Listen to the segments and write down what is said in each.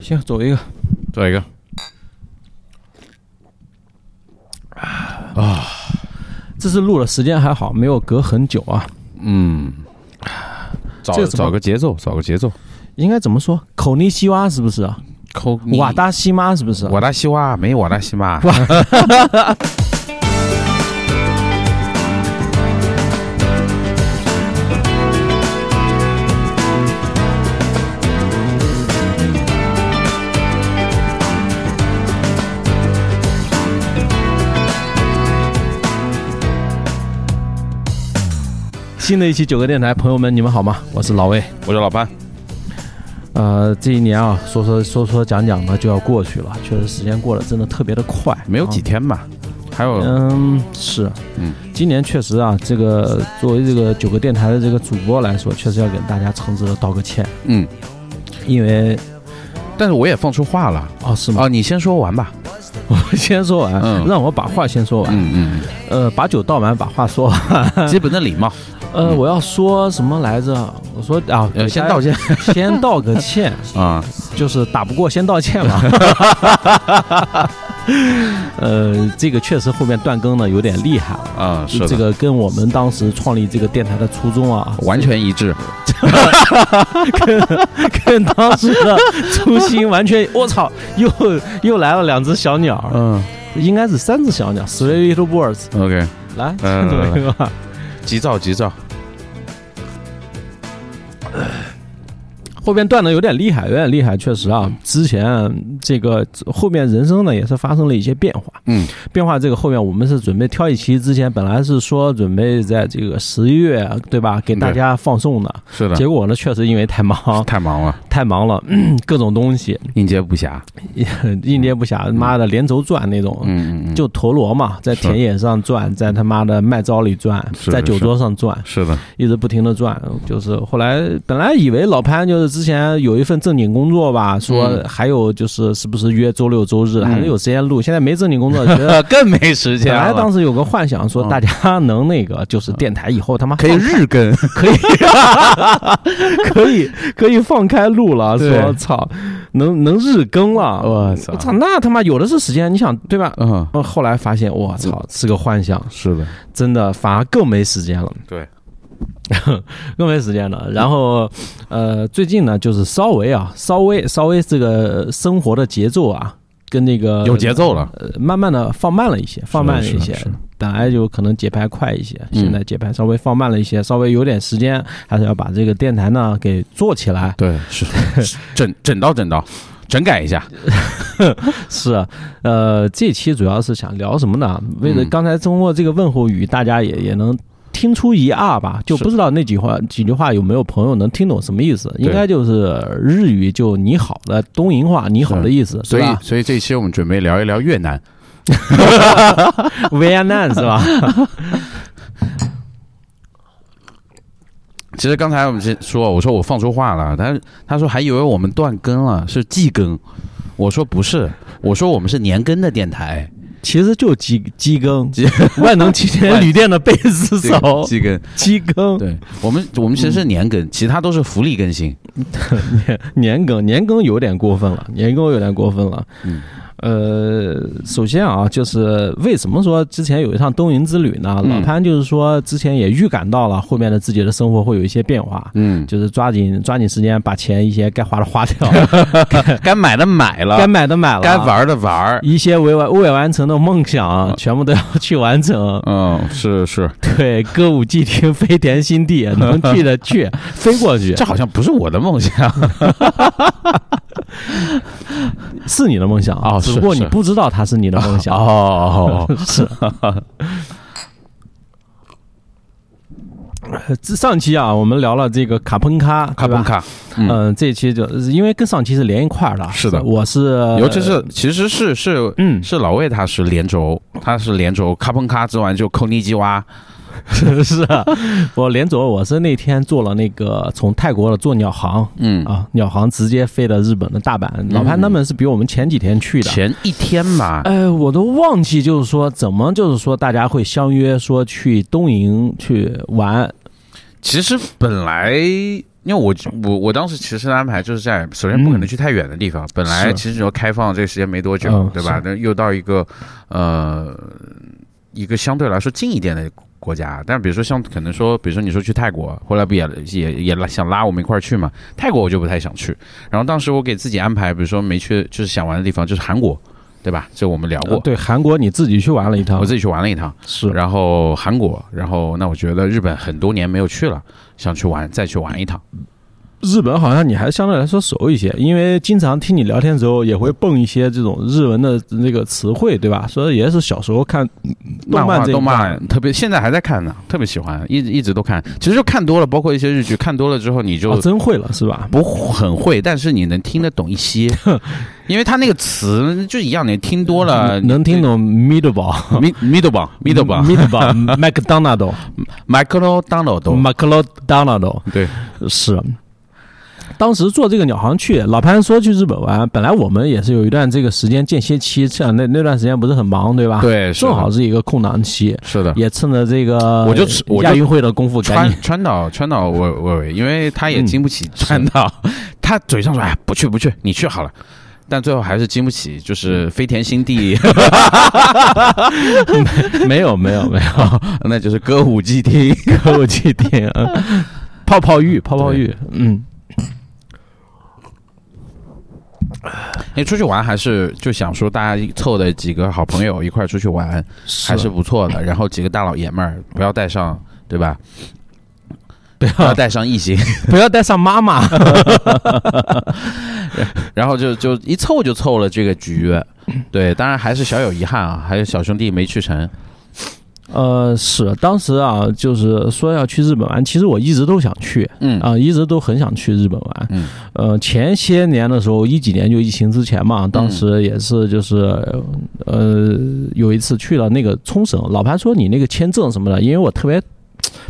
行，走一个。做一个。这次录的时间还好，没有隔很久啊。嗯，找这个怎么找个节奏，找个节奏。应该怎么说？口尼西哇是不是啊？抠瓦达西妈是不啊是？瓦达西哇，没有瓦达西哇。新的一期九个电台，朋友们，你们好吗？我是老魏。我是老潘，呃，这一年啊，说说说说讲讲的就要过去了，确实时间过得真的特别的快，没有几啊。天吧？还有，嗯，是，嗯，今年确实啊，这个作为这个九个电台的这个主播来说，确实要给大家诚挚的道个歉，嗯，因为但是我也放出话了。哦，是吗？哦，你先说完吧。我 先说完，嗯让我把话先说完，嗯呃，把酒倒满，把话说完。嗯， 基本的礼貌。呃，嗯我要说什么来着？我说啊，呃，先道歉，歉先道个歉， 啊。就是打不过先道歉 嘛。呃，这个确实后面断更呢有点厉害了。啊，是这的，个跟我们当时创立这个电台的初衷啊，完全一致。跟当时的 初心完 全。我操，又又来了两只小鸟，嗯应该是三只小鸟，three little birds。 ，OK，来，嗯这么一个。急躁急躁。后边断的有点厉害，有点厉害，确实啊。嗯之前这个后面人生呢也是发生了一些变化，嗯，变化这个后面我们是准备挑一期，之前本来是说准备在这个十一月对吧给大家放送的，是的，结果呢确实因为太 忙太忙了，太忙 了，嗯各种东西 应接不暇。应接不暇，妈的连轴转那种。嗯嗯嗯嗯，就陀螺嘛，在田野上转，在他妈的麦糟里转，是在是酒桌上转，是的，一直不停的转，就是后来本来以为老潘就是之前有一份正经工作吧，说嗯还有就是是不是约周六周日嗯还能有时间录，现在没正经工作，觉 得呃更没时本来了，嗯当时有个幻想说大家能那个就是电台以后他妈可以日更。可以可以 可以放开录了，对说操能能日更了，我我操那他妈有的是时间，你想对吧？嗯，呃后来发现我操是个幻想，是的，真的反而更没时间了。对，更没时间了。然后，呃，最近呢，就是稍微啊，稍微稍微这个生活的节奏啊，跟那个有节奏了。呃，慢慢的放慢了一些，放慢了一些是的是的。本来就可能节拍快一些，嗯现在节拍稍微放慢了一些，稍微有点时间，还是要把这个电台呢给做起来。对，是 整整到整到，整改一下。是，呃，这期主要是想聊什么呢？为了嗯刚才通过这个问候语，大家也也能。听出一二吧，就是不知道那几话几句话有没有朋友能听懂什么意思？对应该就是日语就你好的东瀛话你好的意思，所对吧以，所以这一期我们准备聊一聊越南。 ？V i e t n 是吧？其实刚才我们是说，我说我放出话了，他他说还以为我们断更了，是季更。我说不是，我说我们是年更的电台，其实就鸡鸡更，万能青年旅店的贝斯这个 手季更。鸡更，对我们，我们其实是年更，其他都是福利更新。 年更年更有点过分了，年更有点过分了。嗯，呃，首先啊，就是为什么说之前有一趟东瀛之旅呢？嗯老潘就是说之前也预感到了后面的自己的生活会有一些变化，嗯，就是抓紧抓紧时间把钱一些该花的花掉， 该买的买了，该买的买了，啊该玩的玩儿。哦一些未完未完成的梦想，啊全部都要去完 成。嗯，是是，对，歌舞伎町、飞田新地，能去的 去，飞过去这，好像不是我的梦想。是你的梦想啊哦只是不过你是不知道它是你的梦想。哦，是。这上期啊，我们聊了这个卡彭卡，卡对吧崩。卡，嗯、嗯，这一期就因为跟上期是连一块儿的，是的我是尤其是其实是是呃嗯，是老魏，他是连轴，他是连轴，咔嘣咔之完就扣尼基蛙，是 是，啊我连着我是那天坐了那个从泰国的坐鸟航嗯，啊，鸟航直接飞到日本的大阪，老潘他们是比我们前几天去的。前一天吧，哎，我都忘记，就是说怎么，就是说大家会相约说去东营去玩，其实本来因为我我我当时其实安排就是在，首先不可能去太远的地方。本来嗯是其实只要开放这个时间没多久，嗯对吧是？那又到一个呃一个相对来说近一点的国家，但比如说像可能说，比如说你说去泰国，后来不也也也拉想拉我们一块儿去嘛？泰国我就不太想去。然后当时我给自己安排，比如说没去就是想玩的地方就是韩国，对吧？这我们聊呃过，对啊韩国你自己去玩了一趟，我自己去玩了一趟。是然后韩国，然后那我觉得日本很多年没有去了，想去玩再去玩一趟。日本好像你还相对来说熟一些，因为经常听你聊天的时候也会蹦一些这种日文的那个词汇，对吧？所以也是小时候看漫动画漫这一动块，漫特别，现在还在看呢，特别喜欢，一直一直都看。其实就看多了，包括一些日剧，看多了之后你哦，就真会了是吧？不很会，但是你能听得懂 一些，因为他那个词就一样，你听多了嗯能能听。懂 middle mid middle bar middle bar middle bar McDonald micro download McLeod Donald 对，是。当时做这个鸟航去，老潘说去日本玩，本来我们也是有一段这个时间间歇期，这样那那段时间不是很忙，对吧？，对，是的正啊好是一个空档期，是的。也趁着这个我就吃我就亚运会的功夫赶川紧川岛川岛我我我因为他也嗯经不起川岛，他嘴上说哎不去不去，你去好了。但最后还是经不起，就是飞田新地， 没有没有没有， 那就是歌舞伎町。歌舞伎 町，嗯泡泡浴泡泡浴，嗯，你哎出去玩还是就想说大家凑的几个好朋友一块儿出去玩，还是不错的。然后几个大老爷们儿不要带上，对吧？不不要要带上异性，不要带上妈妈，然后就就一凑就凑了这个局。嗯 对，当然还是小有遗憾啊，还有小兄弟没去成。 呃，是当时啊，就是说要去日本玩，其实我一直都想去，嗯啊、一直都很想去日本玩。嗯，呃，前些年的时候，一几年就疫情之前嘛，当时也是就是，呃，有一次去了那个冲绳，老潘说你那个签证什么的，因为我特别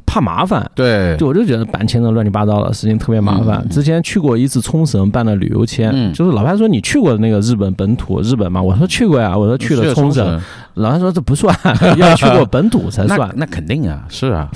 怕麻烦。对就我就觉得办签证乱七八糟的事情特别麻烦。嗯之前去过一次冲绳办的旅游签，嗯就是老潘说你去过那个日本本土日本吗？我说去过呀，我说去了冲绳。，老潘说这不 算，要去过本土才那算。那肯定啊，是啊，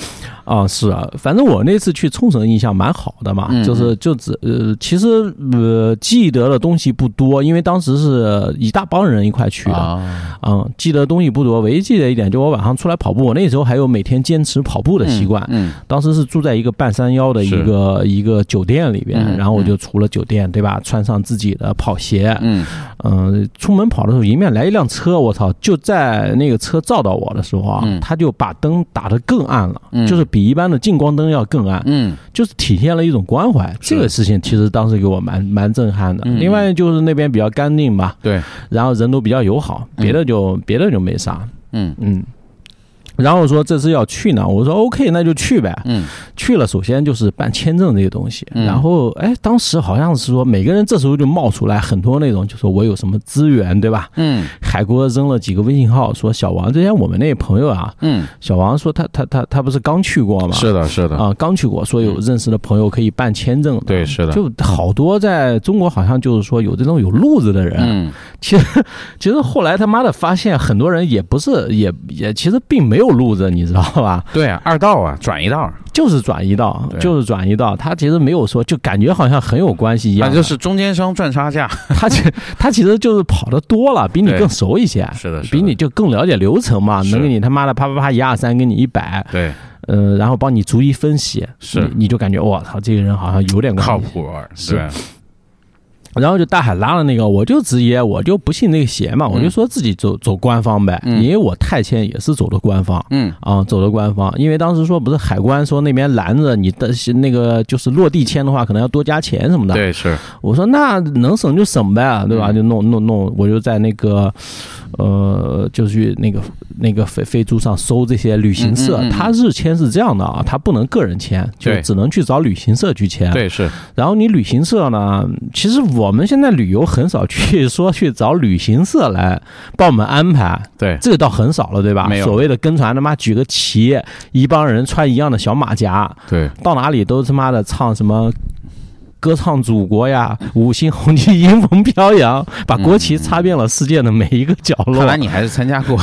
啊、是啊，反正我那次去冲绳印象蛮好的嘛，嗯就是就只呃，其实呃记得的东西不多，因为当时是一大帮人一块去的，啊嗯，记得的东西不多，唯一记得一点就我晚上出来跑步，我那时候还有每天坚持跑步的习惯，嗯，当时是住在一个半山腰的一是个一个酒店里边，嗯然后我嗯就除了酒店对吧，穿上自己的跑鞋，嗯嗯，出门跑的时候，迎面来一辆车，我操！就在那个车照到我的时候啊，嗯他就把灯打得更暗了，嗯就是比一般的近光灯要更暗，嗯就是体现了一种关怀。是这个事情其实当时给我蛮蛮震撼的。嗯另外就是那边比较干净吧，对，然后人都比较友好，嗯别的就、别的就没啥，嗯嗯。然后说这次要去呢，我说 OK，那就去呗。嗯去了，首先就是办签证这个东西，嗯然后哎，当时好像是说每个人这时候就冒出来很多那种，就说我有什么资源，对吧？嗯海哥扔了几个微信号，说小王，之前我们那朋友啊，嗯，小王说他他他他不是刚去过吗？是的，是的，啊，刚去过，说有认识的朋友可以办签证的，对，是的，就好多在中国好像就是说有这种有路子的人，嗯其实后来他妈的发现很多人也不是也也其实并没有路子，你知道吧？对啊，二道啊，转一道啊，就是转移到，对就是转移到，他其实没有说，就感觉好像很有关系一样啊的。就是中间商赚差价。他其 他其实就是跑的多了，比你对更熟一些，是的是的比你就更了解流程嘛，是能给你他妈的啪啪啪一二三给你一百，对，嗯呃，然后帮你逐一分析，是你你就感觉我操，这个人好像有点关系靠。谱，是对然后就大海拉了那个，我就直接我就不信那个邪嘛，我就说自己走走官方呗，嗯因为我泰签也是走的官方。嗯啊、走的官方，因为当时说不是海关说那边拦着你的那个就是落地签的话，可能要多加钱什么的。对是，我说那能省就省呗，对吧？嗯就弄弄弄，我就在那个，呃，就去那个那个飞飞猪上搜这些旅行社嗯嗯嗯嗯。他日签是这样的啊，他不能个人签，就对只能去找旅行社去签。对是，然后你旅行社呢，其实我们现在旅游很少去 说去找旅行社来帮我们安排，对这个倒很少了，对吧没？有所谓的跟团，他妈举个旗，一帮人穿一样的小马甲，对到哪里都他妈的唱什么。歌唱祖国呀，五星红旗迎风飘扬，把国旗擦遍了世界的每一个角落嗯 看。来你还是参加过，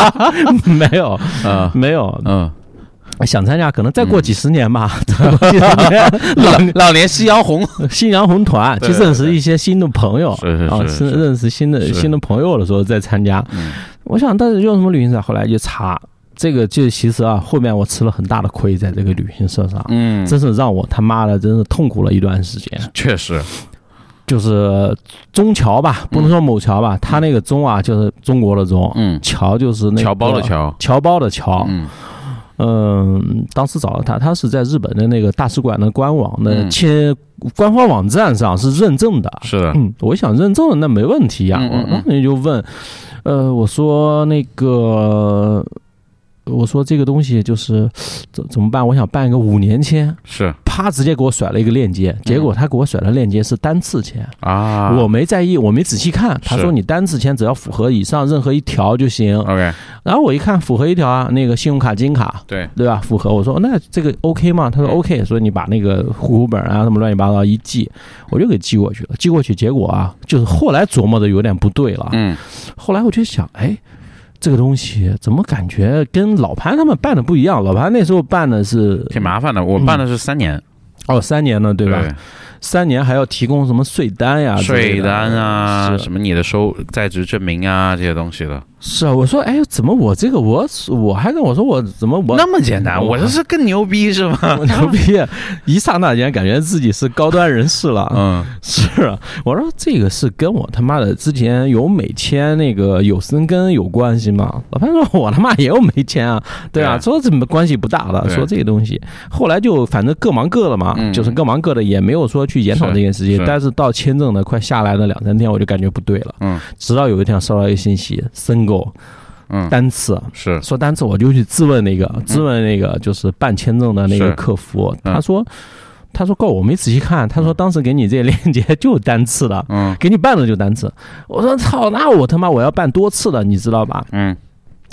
没有， 嗯没有，嗯想参加，可能再过几十年吧，几十年 老老年夕阳红，新洋红团，去 对对认识一些新的朋友，是是啊，是哦是认识新的是新的朋友的时候再参加。嗯我想，但是用什么旅行社？后来一查，这个就其实啊，后面我吃了很大的亏，在这个旅行社上，嗯，真是让我他妈的真是痛苦了一段时间。确实，就是中侨吧，不能说某侨吧，他那个中啊，就是中国的中，嗯，侨就是那个侨胞的，侨，侨胞的侨。嗯嗯，当时找到他，他是在日本的那个大使馆的官网的嗯签官方网站上是认证的，是的，嗯，我想认证了，那没问题呀、啊嗯嗯嗯我当时就问，呃，我说那个，呃我说这个东西就是怎怎么办？我想办一个五年签，是啪，直接给我甩了一个链接，结果他给我甩的链接是单次签，啊，我没在意，我没仔细看。他是说你单次签只要符合以上任何一条就行。 OK，然后我一看符合一条啊，那个信用卡金卡。对，对吧？符合。我说那这个 OK 吗？他说嗯 OK，所以你把那个户口本啊什么乱七八糟一寄，我就给寄过去了。寄过去，结果啊，就是后来琢磨的有点不对了。嗯，后来我就想，哎，这个东西怎么感觉跟老潘他们办的不一样？老潘那时候办的是挺麻烦的，我办的是三年，哦三年呢，对吧？啊三年还要提供什么税单呀之类的？税单啊，是什么你的收在职证明啊这些东西的，是啊，我说哎，怎么我这个我我还跟我说我怎么 我那么简单，我这是更牛逼是吗？我牛逼，啊一刹那间感觉自己是高端人士了。嗯， 是啊，我说这个是跟我他妈的之前有美签那个有生根有关系吗？老潘说我他妈也有美签啊，对啊，对说怎么关系不大的，对说这个东西，后来就反正各忙各的嘛，嗯就是各忙各的，也没有说去研讨是这件事情是。但是到签证的快下来的两三天，我就感觉不对了，嗯，直到有一天收到一个信息，申购，嗯单次。是说单次我就去质问那个质问那个就是办签证的那个嗯是客服，嗯他说他说告我没仔细看，他说当时给你这链接就单次的，嗯给你办了就单次。我说操，那我他妈我要办多次的，你知道吧？嗯，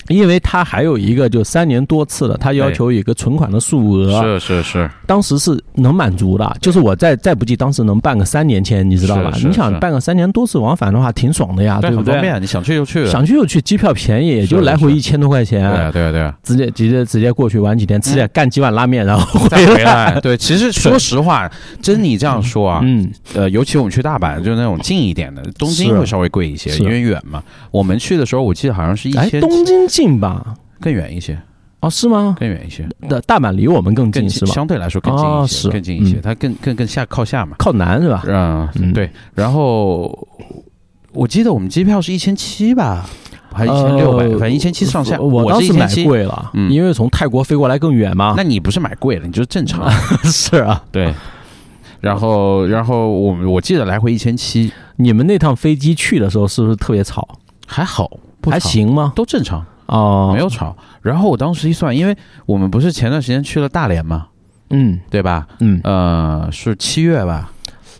因为他还有一个就三年多次的，他要求有一个存款的数额，是是是，当时是能满足的，就是我再再不济，当时能办个三年签，你知道吧是？是你想是办个三年多次往返的话，挺爽的呀，对，不很方对？便，你想去就去，想去就去，机票便宜，也就是来回是一千多块钱。对啊对啊对啊，直接直接直接过去玩几天，吃点干几碗拉面，然后再回 回 来。对，其实说实话，真你这样说啊，嗯，呃，尤其我们去大阪，就是那种近一点的，东京是会稍微贵一些，是因为远嘛。我们去的时候，我记得好像是一哎，千东京近吧？更远一些，哦，是吗？更远一些，大大阪离我们更更近是吧？相对来说更近哦一是些，更近一些，嗯它更更更下靠下嘛。靠南是吧？嗯嗯，对。然后我记得我们机票是一千七吧，还一千六百，呃反正一千七上下。我当是一时千买七。贵了，嗯因为从泰国飞过来更远嘛那。你不是买贵了，你就是正常。 是啊，对。然后，然后我我记得来回一千七，你们那趟飞机去的时候是不是特别吵？还好，不还吵，行吗？都正常，哦，没有，吵。然后我当时一算，因为我们不是前段时间去了大连嘛，嗯对吧？嗯，呃，是七月吧？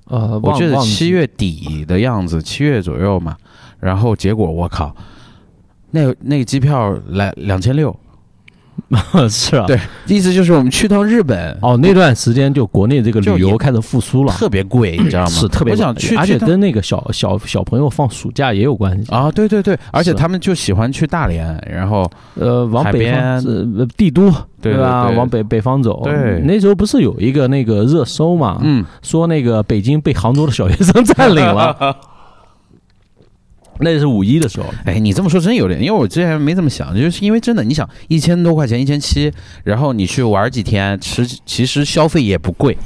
呃，我忘记得忘记七 月底的样子，七月左右嘛。然后结果我靠，那那个机票来两千六，是啊，对意思就是我们去趟日本，哦，那段时间就国内这个就旅也游开始复苏了，特别 贵，你知道吗？是特别我想晚去，而且去趟跟那个小小小朋友放暑假也有关系。啊，对对对，而且是他们就喜欢去大连，然后呃，往海北边方是呃帝都，对吧？对对啊往北北方走。嗯对那时候不是有一个那个热搜嘛，嗯，说那个北京被杭州的小学生 占领 了，那是五一的时候。哎，你这么说真有点，因为我之前没这么想，就是因为真的，你想一千多块钱，一千七，然后你去玩几天，其实其实消费也不贵，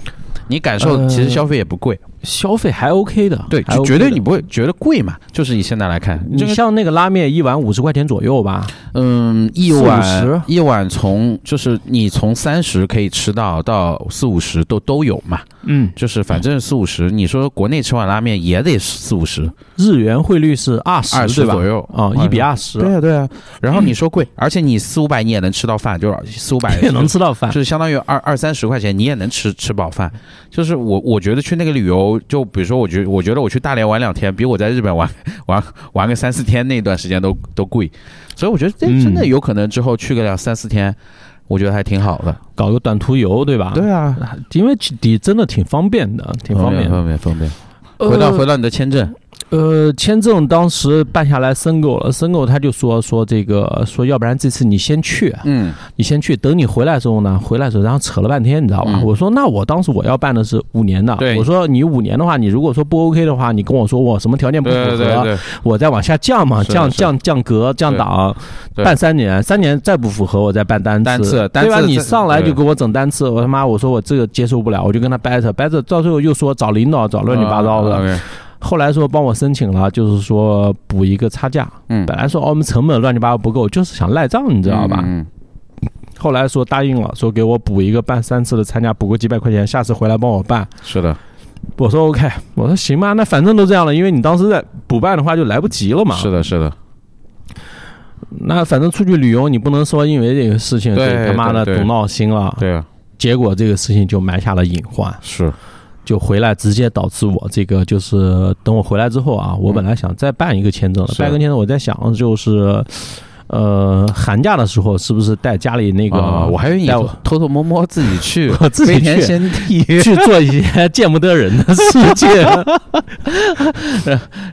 你感受呃其实消费也不贵，消费还 OK 的，对，还就 OK 绝对的你。不会觉得贵嘛，就是你现在来看，这你个像那个拉面一碗五十块钱左右吧，嗯，一四五碗十一碗从就是你从三十可以吃到到四五十都都有嘛，嗯，就是反正四五十，你说国内吃碗拉面也得四五十，日元汇率是二十二对十吧左？右啊，一比。好像二十对啊，对啊，然后你说贵，而且你四五百你也能吃到饭，就是四五百 也能，吃到饭就。是相当于二二三十块钱，你也能吃吃饱饭。就是我我觉得去那个旅游，就比如说，我觉我觉得我去大连玩两天，比我在日本玩 玩玩个三四天那段时间都都贵。所以我觉得这嗯真的有可能之后去个两三四天，我觉得还挺好的。搞个短途游对吧？，对啊，因为其实真的挺方便的，挺方便的。嗯方便方便。回到呃回到你的签证，呃，签证当时办下来，申购了，申购他就说说这个说，要不然这次你先去，嗯你先去，等你回来的时候呢，回来的时候，然后扯了半天，你知道吧？嗯我说那我当时我要办的是五年的对，我说你五年的话，你如果说不 OK 的话，你跟我说我什么条件不对符合，对对对，我再往下降嘛，是的降是的降降格降档，对办三年，三年再不符合，我再办单次，单次单对吧？次你再上来对就给我整单次，我他妈我说我这个接受不了，我就跟他掰扯掰扯，到最后又说找领导找乱七八糟的，嗯，OK，后来说帮我申请了，就是说补一个差价，嗯，本来说哦我们成本乱七八糟不够，就是想赖账，你知道吧？嗯，后来说答应了，说给我补一个办三次的差价，补个几百块钱，下次回来帮我办。是的，我说 OK，我说行吧，那反正都这样了，因为你当时在补办的话就来不及了嘛。是的，是啊的，那反正出去旅游，你不能说因为这个事情就对他妈的对对总闹心了，对啊，结果这个事情就埋下了隐患，是，就回来直接导致我这个就是等我回来之后啊，我本来想再办一个签证的，是办一个签证我在想就是，呃，寒假的时候是不是带家里那个啊，我还以为你带我偷偷摸摸自己去 我自己飞天去先帝， 去做一些见不得人的事情。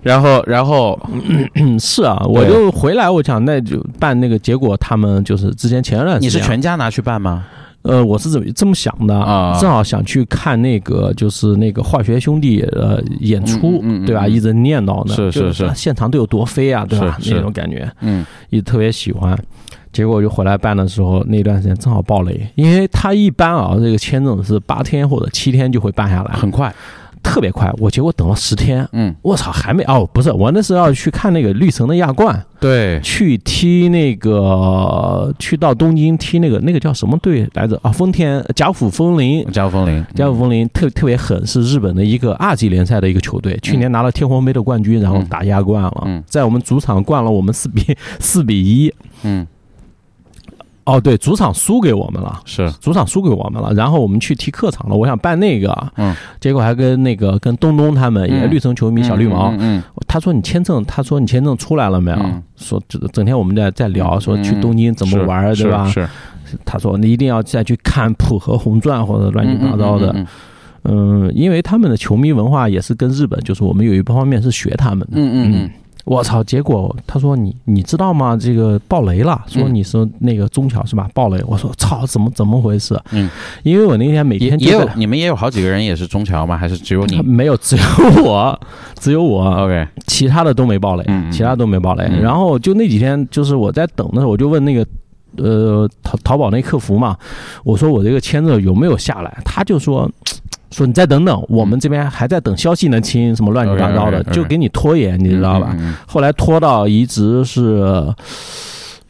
然后然后嗯，是啊，我对就回来，我想那就办那个，结果他们就是之前前段时间啊你是全家拿去办吗？呃，我是怎么这么想的啊正好想去看那个就是那个化学兄弟呃演出，嗯嗯嗯对吧？嗯一直念叨呢，是就是是现场都有多飞啊，对吧？是是那种感觉嗯，一直特别喜欢。结果我就回来办的时候，那段时间正好爆雷，因为他一般啊，这个签证是八天或者七天就会办下来，很快，特别快。我结果等了十天，嗯，我操，还没哦，不是，我那时候要去看那个绿城的亚冠，对，去踢那个，去到东京踢那个那个叫什么队来着啊？丰田甲府风铃，家有风铃，甲府风铃特特别狠，是日本的一个二级联赛的一个球队，去年拿了天皇杯的冠军，然后打亚冠嗯了，在我们主场灌了我们四比四比一，嗯，哦对，主场输给我们了。是，主场输给我们了，然后我们去踢客场了。我想办那个，啊嗯，结果还跟那个跟东东他们也嗯绿城球迷小绿毛，嗯，他说你签证，他说你签证出来了没有？嗯说整整天我们在在聊，说去东京啊怎么玩，对吧？是他说你一定要再去看《浦和红钻》或者乱七八糟的，嗯因为他们的球迷文化也是跟日本，就是我们有一方面是学他们的。嗯嗯我操！结果他说你你知道吗？这个爆雷了，说嗯你是那个中桥是吧？爆雷！我说操，怎么怎么回事？嗯，因为我那天每也天就也有在你们也有好几个人也是中桥吗？还是只有你 没有，只有我，只有我。 ？OK，其他的都没爆雷，嗯嗯其他都没爆雷。嗯然后就那几天，就是我在等的时候，我就问那个呃淘淘宝那客服嘛，我说我这个签证有没有下来？他就说。说你再等等，我们这边还在等消息呢，亲，什么乱七八糟的， OK，OK，OK 就给你拖延，你知道吧？？嗯后来拖到一直是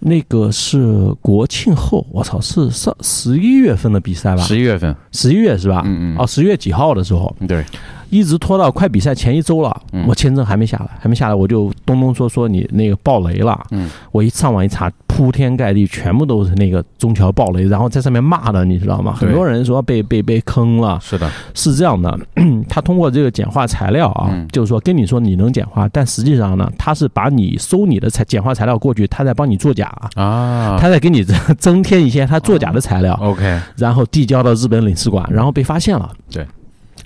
那个是国庆后，我操，是上十一月份的比赛吧？嗯十一月份，十一月是吧？嗯嗯，哦，，十月几号的时候，对，一直拖到快比赛前一周了嗯，我签证还没下来，还没下来，我就咚咚说说你那个爆雷了。嗯，我一上网一查，铺天盖地全部都是那个中桥爆雷，然后在上面骂的，你知道吗？对很多人说被被被坑了，是的，是这样的， 他通过这个简化材料啊，嗯就是说跟你说你能简化，但实际上呢，他是把你收你的材简化材料过去，他在帮你作假。啊他在给你增添一些他作假的材料， ，OK，然后递交到日本领事馆，然后被发现了。对。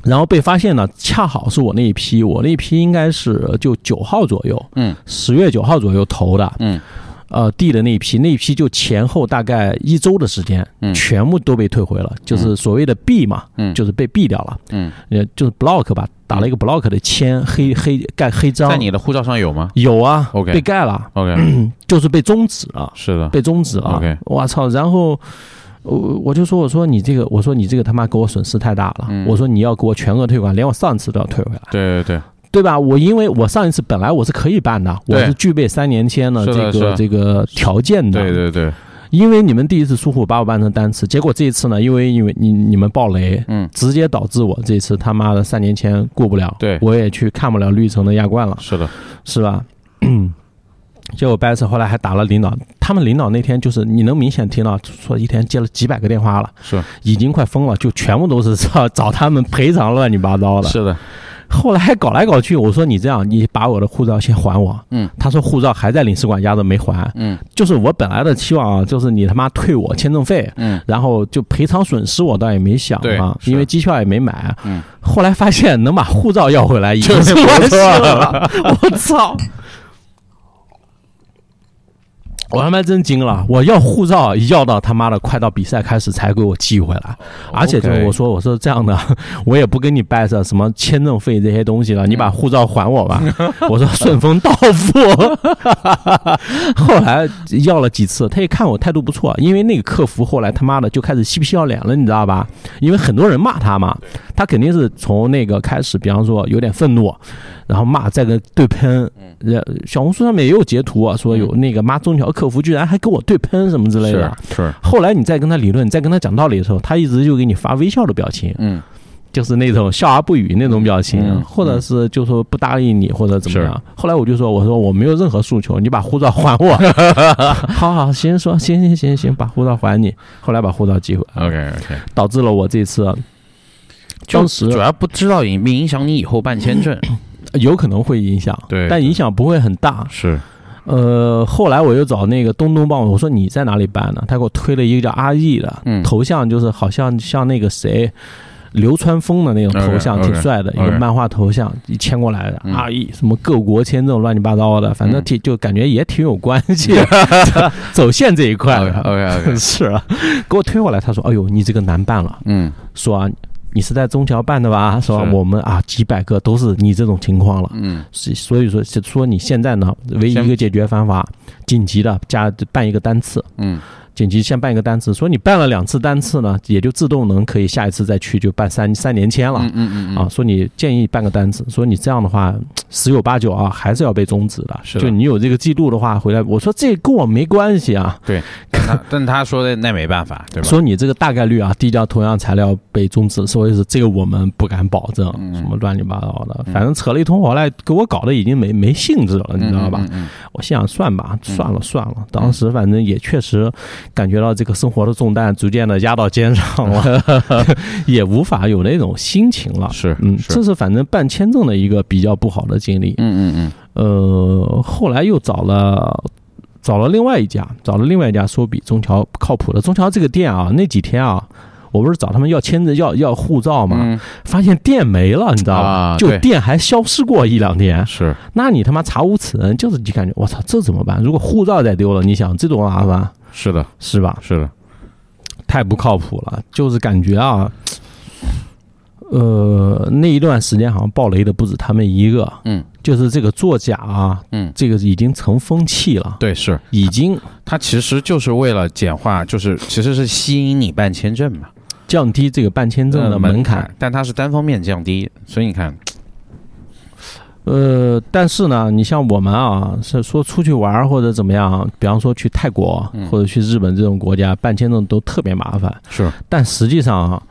然后被发现呢，恰好是我那一批，我那一批应该是就九号左右，嗯十月九号左右投的，嗯呃，递的那一批，那一批就前后大概一周的时间，嗯全部都被退回了，就是所谓的 B 嘛，嗯，就是被 B 掉了，嗯，呃，就是 block 吧，打了一个 block 的签，黑黑盖黑章，在你的护照上有吗有啊 OK 被盖了， ？OK，就是被终止了，是的，被终止了 OK，我操，然后。我我就说，我说你这个，我说你这个他妈给我损失太大了，嗯我说你要给我全额退款，连我上次都要退回来。对对对吧？我因为我上一次本来我是可以办的，对我是具备三年签的是这的是个的这个条件的。对对对对，因为你们第一次疏忽把我办成单次，结果这一次呢，因为因为你你们爆雷，嗯，直接导致我这次他妈的三年签过不了，对我也去看不了绿城的亚冠了，是的，是吧？ 结果掰扯，后来还打了领导，他们领导那天就是你能明显听到说一天接了几百个电话了，是已经快疯了，就全部都是找找他们赔偿乱七八糟的。是的，后来搞来搞去，我说你这样，你把我的护照先还我。嗯，他说护照还在领事馆压着没还。嗯就是我本来的期望啊，就是你他妈退我签证费，嗯，然后就赔偿损失我倒也没想对啊，是因为机票也没买。啊嗯，后来发现能把护照要回来已经 就是是完不事错了，我操！我他妈真惊了！我要护照要到他妈的快到比赛开始才给我寄回来，而且就是 OK 我说我说这样的， 我也不跟你掰扯什么签证费这些东西了，嗯你把护照还我 吧。我说顺丰到付。 后来要了几次，他一看我态度不错，因为那个客服后来他妈的就开始嬉皮笑脸了，你知道吧？因为很多人骂他嘛，他肯定是从那个开始，比方说有点愤怒，然后骂再跟对喷。嗯呃，小红书上面也有截图啊，说有那个妈中条客服居然还跟我对喷什么之类的。是是，后来你再跟他理论，你再跟他讲道理的时候，他一直就给你发微笑的表情，嗯，就是那种笑而不语那种表情，嗯或者是就说不答应你或者怎么样。后来我就说，我说我没有任何诉求，你把护照还我。 好好，行，说行行行行，把护照还你。后来把护照寄回来， OK OK，导致了我这次就当时主要不知道影影响你以后办签嗯证，有可能会影响，对但影响不会很大。是呃，后来我又找那个东东帮我，我说你在哪里办呢？他给我推了一个叫阿义的，嗯头像就是好像像那个谁。流川枫的那种头像 OK，OK，挺帅的，一个 OK 漫画头像一牵过来的，嗯阿义什么各国签证乱七八糟的，反正嗯挺就感觉也挺有关系 的，走线这一块 OK 的 OK OK，是啊，给我推过来，他说：“哎呦，你这个难办了，嗯说啊，你是在中侨办的吧？说是我们啊几百个都是你这种情况了，嗯所所以说是说你现在呢，唯一先一个解决方法，紧急的加办一个单次，嗯紧急先办一个单次。说你办了两次单次呢，也就自动能可以下一次再去就办三三年签了。嗯嗯啊，，说你建议办个单次，说你这样的话，十有八九啊还是要被终止的。是的就你有这个记录的话，回来我说这跟我没关系啊，但他但他说的那没办法，对吧？说你这个大概率啊，递交同样材料被终止，所以是这个我们不敢保证，嗯什么乱七八糟的，反正扯了一通回来，给我搞得已经没没兴致了，你知道吧？嗯？嗯我心想算吧，嗯算了算了，当时反正也确实感觉到这个生活的重担逐渐的压到肩上了， 也无法有那种心情了嗯。是嗯，是这是反正办签证的一个比较不好的经历。嗯嗯嗯呃，后来又找了找了另外一家，找了另外一家说比中侨靠谱的。中侨这个店啊，那几天啊，我不是找他们要签证、要要护照嘛，嗯发现店没了，你知道吧？啊就对店还消失过一两天，是那你他妈查无此人，就是你感觉我操，这怎么办？如果护照再丢了，你想这多麻烦是的是吧？是的，太不靠谱了，就是感觉啊。呃，那一段时间好像暴雷的不止他们一个，嗯就是这个作假啊，嗯这个已经成风气了，对是。已经它其实就是为了简化，就是其实是吸引你办签证嘛，降低这个办签证的呃门门槛。，但它是单方面降低，所以你看，呃，但是呢，你像我们啊，是说出去玩儿或者怎么样，比方说去泰国嗯或者去日本这种国家，办签证都特别麻烦。是但实际上啊，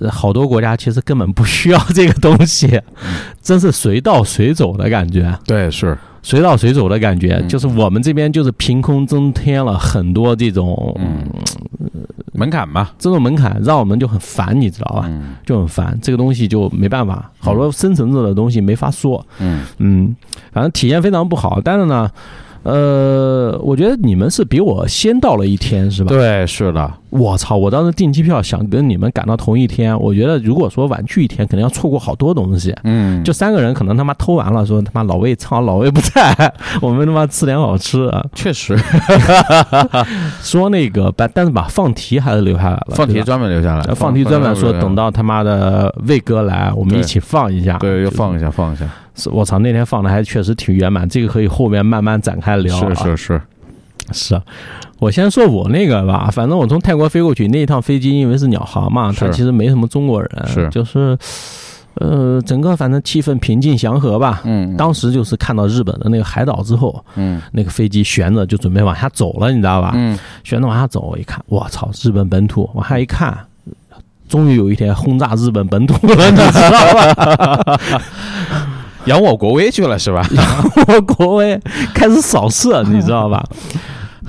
呃好多国家其实根本不需要这个东西，嗯 真是随到随走的感觉，对是，随到随走的感觉。嗯就是我们这边就是凭空增添了很多这种、嗯，门槛嘛，这种门槛，让我们就很烦，你知道吧？嗯就很烦，这个东西就没办法，好多深层次的东西没法说，嗯嗯，反正体验非常不好。但是呢，呃，我觉得你们是比我先到了一天，是吧？对是的，我操！我当时订机票想跟你们赶到同一天，我觉得如果说晚去一天，可能要错过好多东西。嗯就三个人可能他妈偷完了，说他妈老魏操，老魏不在， 我们他妈吃点好吃的。确实说那个把，但是把放题还是留下来了。 放题对吧专门留下来，呃放题专门说等到到他妈的魏哥来，我们对一起放一下。对就又放一下放一下，是我操，那天放的还确实挺圆满，这个可以后面慢慢展开聊、啊。是是是，是，啊我先说我那个吧，反正我从泰国飞过去那一趟飞机，因为是鸟航嘛，是它其实没什么中国人，是就是，呃，整个反正气氛平静祥和吧。嗯当时就是看到日本的那个海岛之后，嗯那个飞机悬着就准备往下走了，你知道吧？嗯悬着往下走，我一看，我操，日本本土，往下一看。终于有一天轰炸日本本土了，你知道吧？扬我国威去了是 吧？我国威开始扫射，你知 道吧？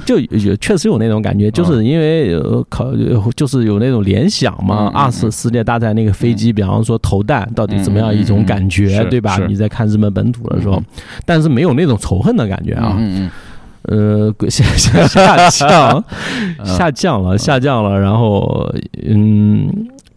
就有确实有那种感觉，嗯就是因为呃考就是有那种联想嘛嗯嗯，二次世界大战那个飞机，比方说投弹到底怎么样一种感嗯嗯觉嗯是，对吧是？你在看日本本土的时嗯候，但是没有那种仇恨的感觉啊，嗯呃下下下降 嗯下降了下降了，然后嗯。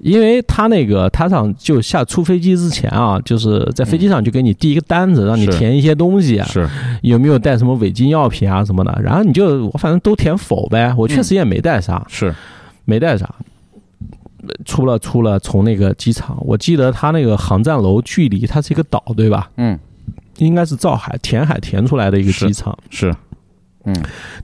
因为他那个，他上就下出飞机之前啊，就是在飞机上就给你递一个单子，让你是填一些东西，啊嗯，是有没有带什么违禁药品啊什么的，然后你就我反正都填否呗，我确实也没带啥，是，没带啥。呃出了出了，从那个机场，我记得他那个航站楼距离它是一个岛，对吧？嗯应该是造海填海填出来的一个是机场。是，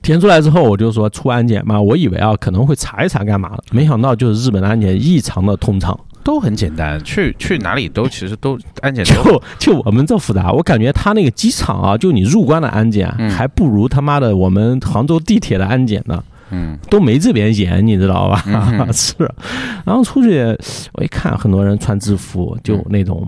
填出来之后，我就说出安检嘛，我以为啊可能会查一查干嘛的，没想到就是日本的安检异常的通畅，都很简单，去去哪里都其实都安检都就就我们这复杂，我感觉他那个机场啊，就你入关的安检嗯还不如他妈的我们杭州地铁的安检呢。嗯都没这边严，你知道吧？嗯 哼是，啊然后出去我一看，很多人穿制服，就那种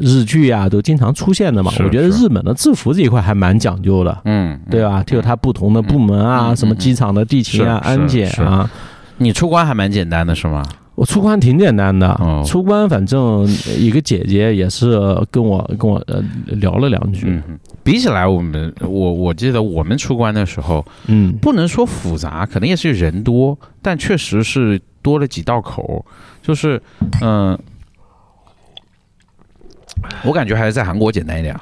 日剧啊，都经常出现的嘛。嗯是我觉得是日本的制服这一块还蛮讲究的，嗯，对吧？就有它不同的部门啊，嗯什么机场的地勤啊、是是安检啊。你出关还蛮简单的是吗？我出关挺简单的，哦出关反正一个姐姐也是跟我跟我呃聊了两句，嗯哼，比起来我们我我记得我们出关的时候，嗯不能说复杂，可能也是人多，但确实是多了几道口，就是嗯、我感觉还是在韩国简单一点啊。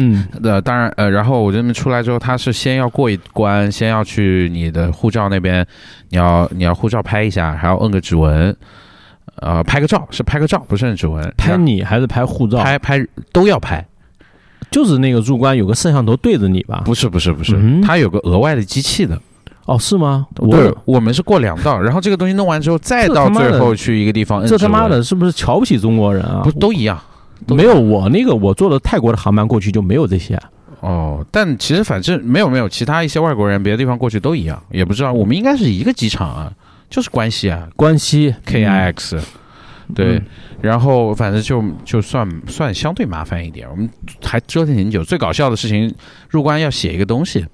嗯呃，当然，呃，然后我这边出来之后，他是先要过一关，先要去你的护照那边，你要你要护照拍一下，还要摁个指纹，呃，拍个照是拍个照，不是摁指纹，拍你还是拍护照，拍拍都要拍，就是那个入关有个摄像头对着你吧？不是不是不是，嗯它有个额外的机器的，哦，是吗？我对，我们是过两道，然后这个东西弄完之后，再这到他妈的最后去一个地方摁这他妈指纹的是不是瞧不起中国人啊？嗯不是都一样都没有我那个我坐的泰国的航班过去就没有这些。哦？但其实反正没有没有，其他一些外国人别的地方过去都一样，也不知道我们应该是一个机场啊，就是关西啊关西 KIX，、对嗯，然后反正就就算算相对麻烦一点，我们还折腾挺久。最搞笑的事情，入关要写一个东西，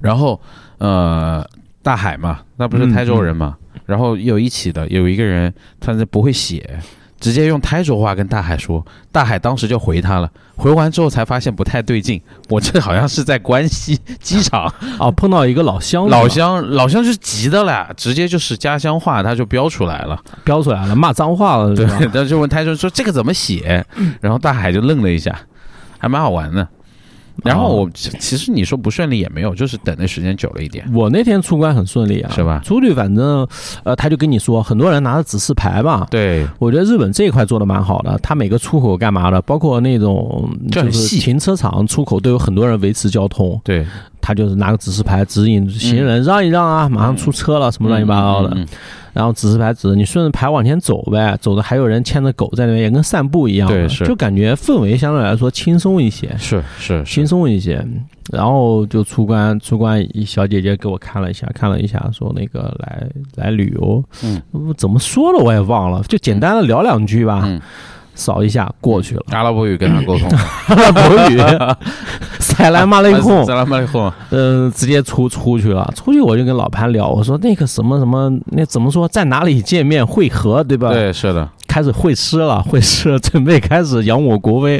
然后呃，大海嘛，那不是嗯台州人嘛，然后有一起的有一个人，他是不会写。直接用台州话跟大海说，大海当时就回他了。回完之后才发现不太对劲，我这好像是在关西机场，哦，碰到一个老乡，老是吧乡老乡是急的了，直接就是家乡话，他就标出来了。飙出来了，骂脏话了，对是吧，嗯他就问泰森说这个怎么写，然后大海就愣了一下，还蛮好玩的。然哦后我其其实你说不顺利也没有，就是等的时间久了一点，我那天出关很顺利啊，是吧出去反正，呃，他就跟你说，很多人拿着指示牌嘛。对，我觉得日本这一块做的蛮好的，他每个出口干嘛的，包括那种这很就细是停车场出口都有很多人维持交通，对，他就是拿个指示牌指引行人让一让啊，马上出车了什么乱七八糟的，嗯，嗯然后指示牌指着你顺着牌往前走呗，走着还有人牵着狗在那边，也跟散步一样对的，是就感觉氛围相对来说轻松一些嗯，是是轻是，松一些。然后就出关，出关一小姐姐给我看了一下，看了一下，说那个来来旅游，嗯我怎么说了我也忘了，就简单的聊两句吧，嗯。扫一下过去了阿拉伯语跟他沟通，阿拉伯 语，塞兰马雷控阿，拉伯语控，嗯，直接出出去了。出去我就跟老潘聊，我说那个什么什么，那怎么说，在哪里见面会合，对吧？对，是的，开始会师了，会师了，准备开始扬我国威，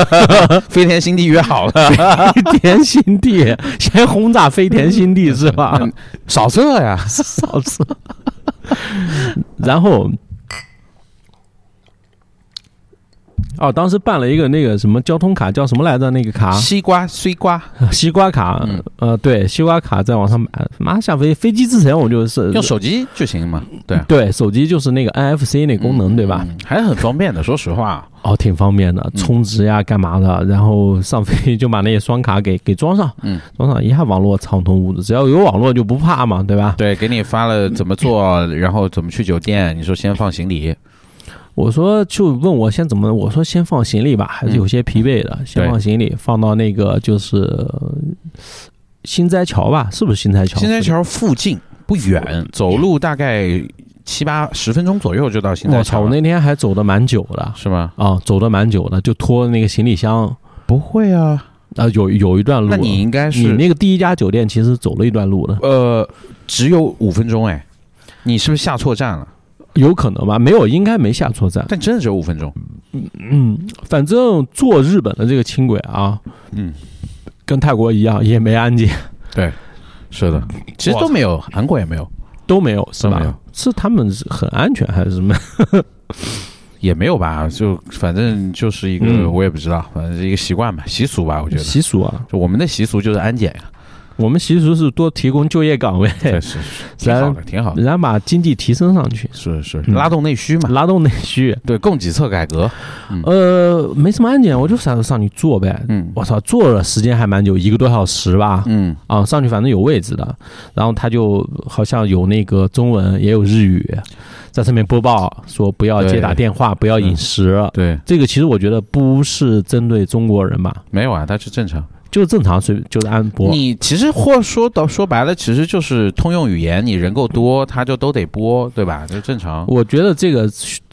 飞天新地约好了，飞田新地，先轰炸飞田新 地是吧？少这呀，少次，然后。哦，当时办了一个那个什么交通卡，叫什么来着？那个卡，啊西瓜西瓜西瓜卡嗯，呃，对，西瓜卡在网上买。妈，下飞飞机之前我就是用手机就行嘛，对，啊对手机就是那个 NFC 那功嗯能，对吧？嗯？还很方便的，说实话，哦，挺方便的，充值呀，干嘛的，然后上飞就把那些双卡给给装上，嗯，装上一下网络畅通无阻，只要有网络就不怕嘛，对吧？对，给你发了怎么做，然后怎么去酒店，你说先放行李，我说就问我先怎么，我说先放行李吧，嗯还是有些疲惫的，先放行李，放到那个就是呃新斋桥吧，是不是新斋桥？新斋桥附近不远，走路大概七八十分钟左右就到新我在操！桥我了，那天还哦走的蛮久的是吗？啊，走的蛮久的，就拖那个行李箱不会啊，啊，有有一段路。那你应该你是那个第一家酒店其实走了一段路的，呃，只有五分钟哎，你是不是下错站了？有可能吧？没有，应该没下错站。但真的只有五分钟，反正坐日本的这个轻轨啊，嗯，跟泰国一样也没安检，是的，其实都没有，韩国也没有，都没有是都没有吧？是他们是很安全还是什么？也没有吧，就反正就是一个嗯我也不知道，反正是一个习惯吧，习俗吧，我觉得。习俗啊，就我们的习俗就是安检呀，我们习俗是多提供就业 岗位，对，是是挺好的，挺好的，然后把经济提升上去，是是嗯拉动内需嘛，拉动内需。对，供给侧改革，呃，没什么安检，我就想上去坐呗。嗯我操，坐了时间还蛮久，一个多小时吧。嗯啊，上去反正有位置的，然后他就好像有那个中文，也有日语，在上面播报说不要接打对嗯电话，不要饮食。对，这个其实我觉得不是针对中国人吧，没有啊，它是正常。就是正常随就是按播。你其实或说到说白了，其实就是通用语言，你人够多，它就都得播，对吧？这正常。我觉得这个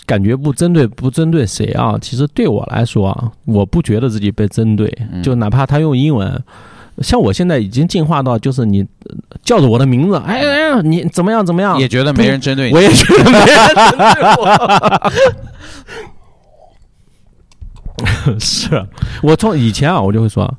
感觉不针对不针对谁啊？其实对我来说啊，我不觉得自己被针对，嗯就哪怕他用英文。像我现在已经进化到，就是你呃叫着我的名字，哎哎，哎你怎么样怎么样？也觉得没人针对我你，也觉得没人针对 我。啊是我从以前啊，我就会说，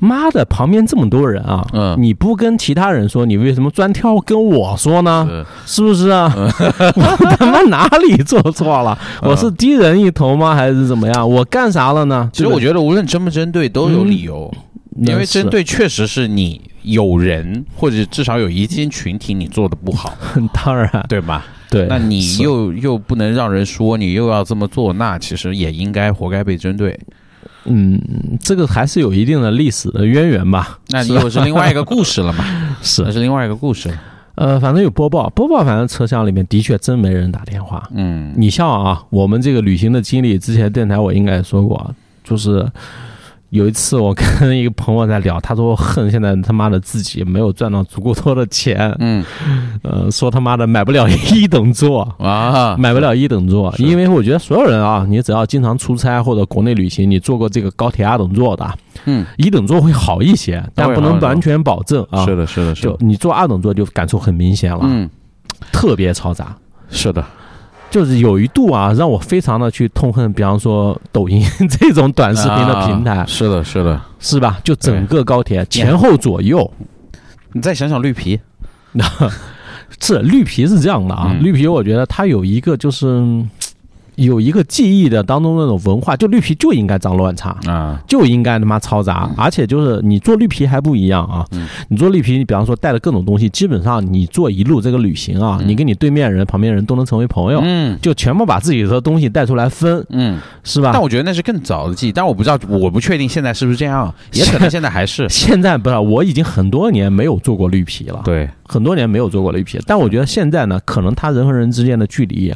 妈的，旁边这么多人啊，嗯你不跟其他人说，你为什么专挑跟我说呢？是是不是啊？ 我他妈哪里做错了？嗯我是低人一头吗？还是怎么样？我干啥了呢？其实我觉得无论针不针对都有理由，对吧因为嗯那是针对确实是你有人或者至少有一些群体你做的不好，当然对吧？对，那你是又又不能让人说你又要这么做，那其实也应该活该被针对。嗯，这个还是有一定的历史的渊源吧？那是又是另外一个故事了嘛？ 是那是另外一个故事了。呃，反正有播报，播报反正车厢里面的确真没人打电话。嗯，你像啊，我们这个旅行的经历，之前电台我应该也说过啊，就是有一次我 跟一个朋友在聊，他说我恨现在他妈的自己没有赚到足够多的钱，嗯呃，说他妈的买不了一等座。啊，买不了一等座，是因为我觉得所有人啊，你只要经常出差或者国内旅行，你坐过这个高铁二等座的，嗯，一等座会好一些，但会不好能很多完全保证啊。是的，是的，是就的，你坐二等座就感受很明显了，嗯，特别嘈杂。是的，就是有一度啊，让我非常的去痛恨，比方说抖音 这种短视频的平台，啊是的，是的。是吧？就整个高铁前后左右，你再想想绿皮，是绿皮是这样的啊，嗯绿皮我觉得它有一个就是嗯有一个记忆的当中那种文化，就绿皮就应该脏乱差。啊，就应该他妈嘈杂，而且就是你做绿皮还不一样啊嗯！你做绿皮，你比方说带了各种东西，基本上你做一路这个旅行啊，嗯你跟你对面人、旁边人都能成为朋友，嗯就全部把自己的东西带出来分，嗯，是吧但？我觉得那是更早的记忆，但我不知道，我不确定现在是不是这样， 也可能现在还是现在不是，我已经很多年没有做过绿皮了，对，很多年没有做过绿皮。但我觉得现在呢，可能它人和人之间的距离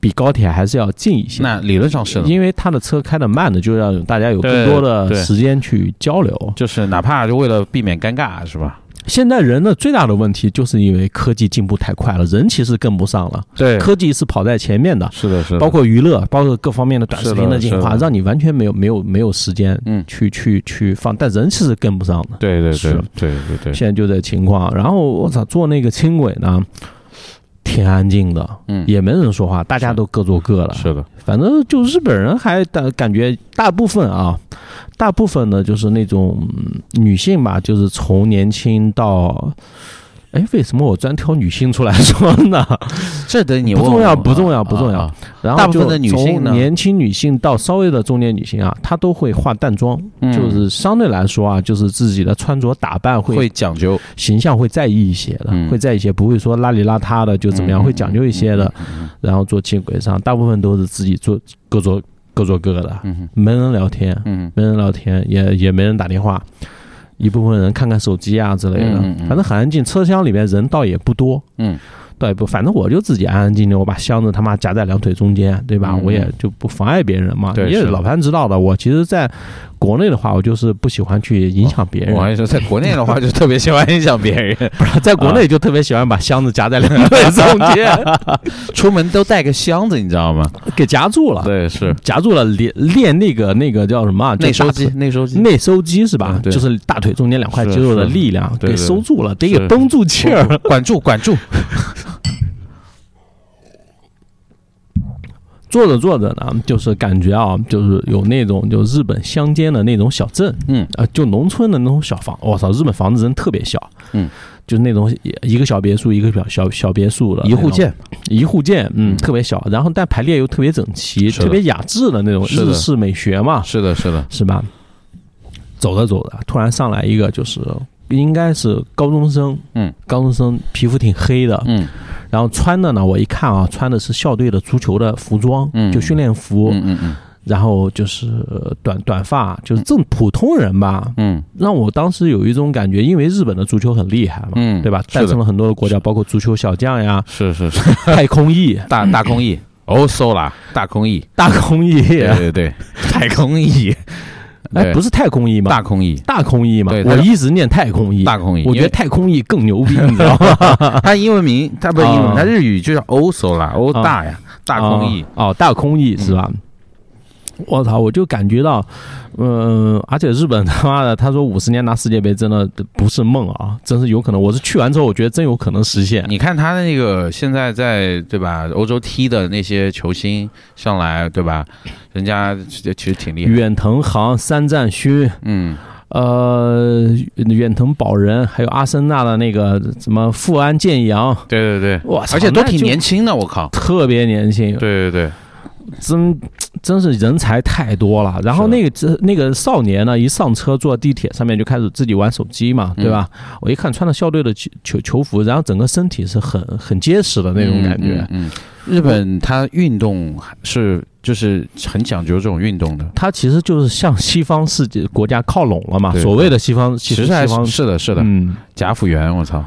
比高铁还是要近一些。那理论上是的，因为它的车开的慢的，就让大家有更多的对对时间去交流。就是哪怕就为了避免尴尬，是吧？现在人的最大的问题，就是因为科技进步太快了，人其实跟不上了。对科技是跑在前面的，是的，是的，包括娱乐，包括各方面的短视频是的进化，是的让你完全没有没有没有时间嗯，去去去放，但人其实跟不上的。对对对是对对对，现在就这情况。然后我操，坐那个轻轨呢，挺安静的，嗯，也没人说话，大家都各做各的。是的，反正就日本人还大感觉大部分啊，大部分呢就是那种嗯女性吧，就是从年轻到。哎，为什么我专挑女性出来说 呢？这得你不问重要我不重要不重要啊啊然后大部分的女性呢就从年轻女性到稍微的中年女性啊，她都会化淡妆，嗯就是相对来说啊，就是自己的穿着打扮会会讲究，形象会在意一些的，嗯会在意一些，不会说邋里邋遢的就怎么样，嗯会讲究一些的。嗯嗯然后做轻轨上，大部分都是自己做各做各做各的，嗯没人聊天，嗯没人聊天，也也没人打电话。一部分人看看手机啊之类的嗯嗯，嗯反正很安静。车厢里面人倒也不多，嗯，倒也不，反正我就自己安安静静，我把箱子他妈夹在两腿中间，对吧？嗯我也就不妨碍别人嘛。对因为是老潘知道的，我其实在国内的话，我就是不喜欢去影响别人我，还说，在国内的话，就特别喜欢影响 别人， 在啊国内就特别喜欢把箱子夹在两腿中间，出门都带个箱子，你知道吗？给夹住了，对，是夹住了，练练那个那个叫什么啊内收。就肌大，内收腿肌。内收肌是吧嗯？对就是大腿中间两块肌肉的是是力量对给对收住了，得是给绷住气儿。管住，管住，坐着坐着呢，就是感觉啊，就是有那种就日本乡间的那种小镇，嗯，啊，就农村的那种小房，我操，日本房子真特别小，嗯，就是那种一一个小别墅，一个小小小别墅的一户那种，建，一户建，嗯嗯，特别小，然后但排列又特别整齐，是的特别雅致的那种是的日式美学嘛，是的，是的，是吧？走着走着，突然上来一个，就是应该是高中生，嗯，高中生皮肤挺黑的，嗯然后穿的呢，我一看啊，穿的是校队的足球的服装，嗯就训练服，嗯嗯嗯然后就是呃短短发，就是正普通人吧。嗯让我当时有一种感觉，因为日本的足球很厉害嘛，嗯对吧？是的、诞生了很多的国家，包括足球小将呀 是是是，太空翼、大大空翼，哦，搜啦，大空翼，大空翼，对对对，太空翼，哎，不是是太空翼吗？大空翼，大空翼嘛对，它我叫一直念太空翼，大空翼，我觉得因为太空翼更牛逼，你知道吗？它英文名，它不是英文，啊它日语就叫欧搜啦，欧啊大呀， 大空 翼，嗯哦，哦大空翼是吧？我操！我就感觉到，嗯、而且日本他妈的，他说五十年拿世界杯真的不是梦啊，真是有可能。我是去完之后，我觉得真有可能实现。你看他的那个现在在对吧，欧洲踢的那些球星上来对吧，人家其实挺厉害，远藤航、三战勋，嗯，呃，远藤保仁，还有阿森纳的那个什么富安健洋，对对对，哇操，而且都那挺就年轻的，我靠，特别年轻，对对对，真真是人才太多了。然后是的那个这那个少年呢，一上车坐地铁上面就开始自己玩手机嘛，嗯对吧？我一看穿着校队的球球球服，然后整个身体是很很结实的那种感觉。嗯，嗯嗯日本它运动是就是很讲究这种运动的，他其实就是向西方世界国家靠拢了嘛，对所谓的西方，其其实西还方是是的，是的，嗯，贾府元，我操，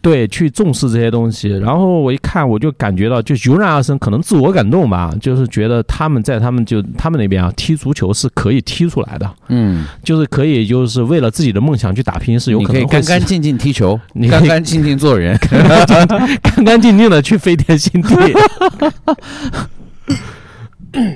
对，去重视这些东西。然后我一看，我就感觉到，就油然而生，可能自我感动吧，就是觉得他们在他们就他们那边啊，踢足球是可以踢出来的，嗯，就是可以就是为了自己的梦想去打拼，是有你可可以能会干实干净净踢球你，可以干干净净做人， 干干净净的去飞天新地。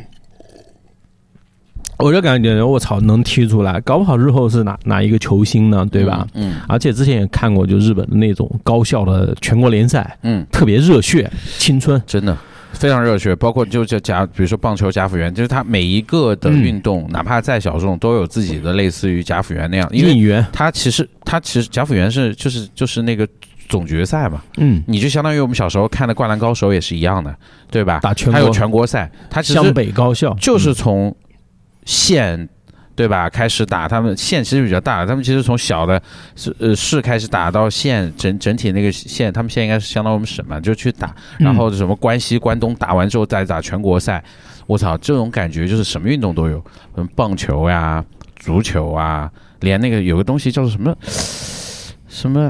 我就感觉我操，能踢出来，搞不好日后是哪哪一个球星呢，对吧？嗯？而且之前也看过，就日本的那种高校的全国联赛，嗯嗯，特别热血、青春。真的。非常热血，包括就就贾，比如说棒球贾府元，就是他每一个的嗯运动，哪怕再小众，都有自己的类似于贾府元那样，因为应援，他其实他其实贾府元是就是就是那个总决赛嘛，嗯，你就相当于我们小时候看的《灌篮高手》也是一样的，对吧？打全还有国全国赛，他其湘实北嗯高校，就是从县。对吧？开始打他们县其实比较大，他们其实从小的市呃市开始打到县，整整体那个县，他们现在应该是相当于我们省嘛，就去打，嗯然后什么关西、关东打完之后再打全国赛，我操，这种感觉就是什么运动都有，嗯，棒球呀、足球啊，连那个有个东西叫做什么什么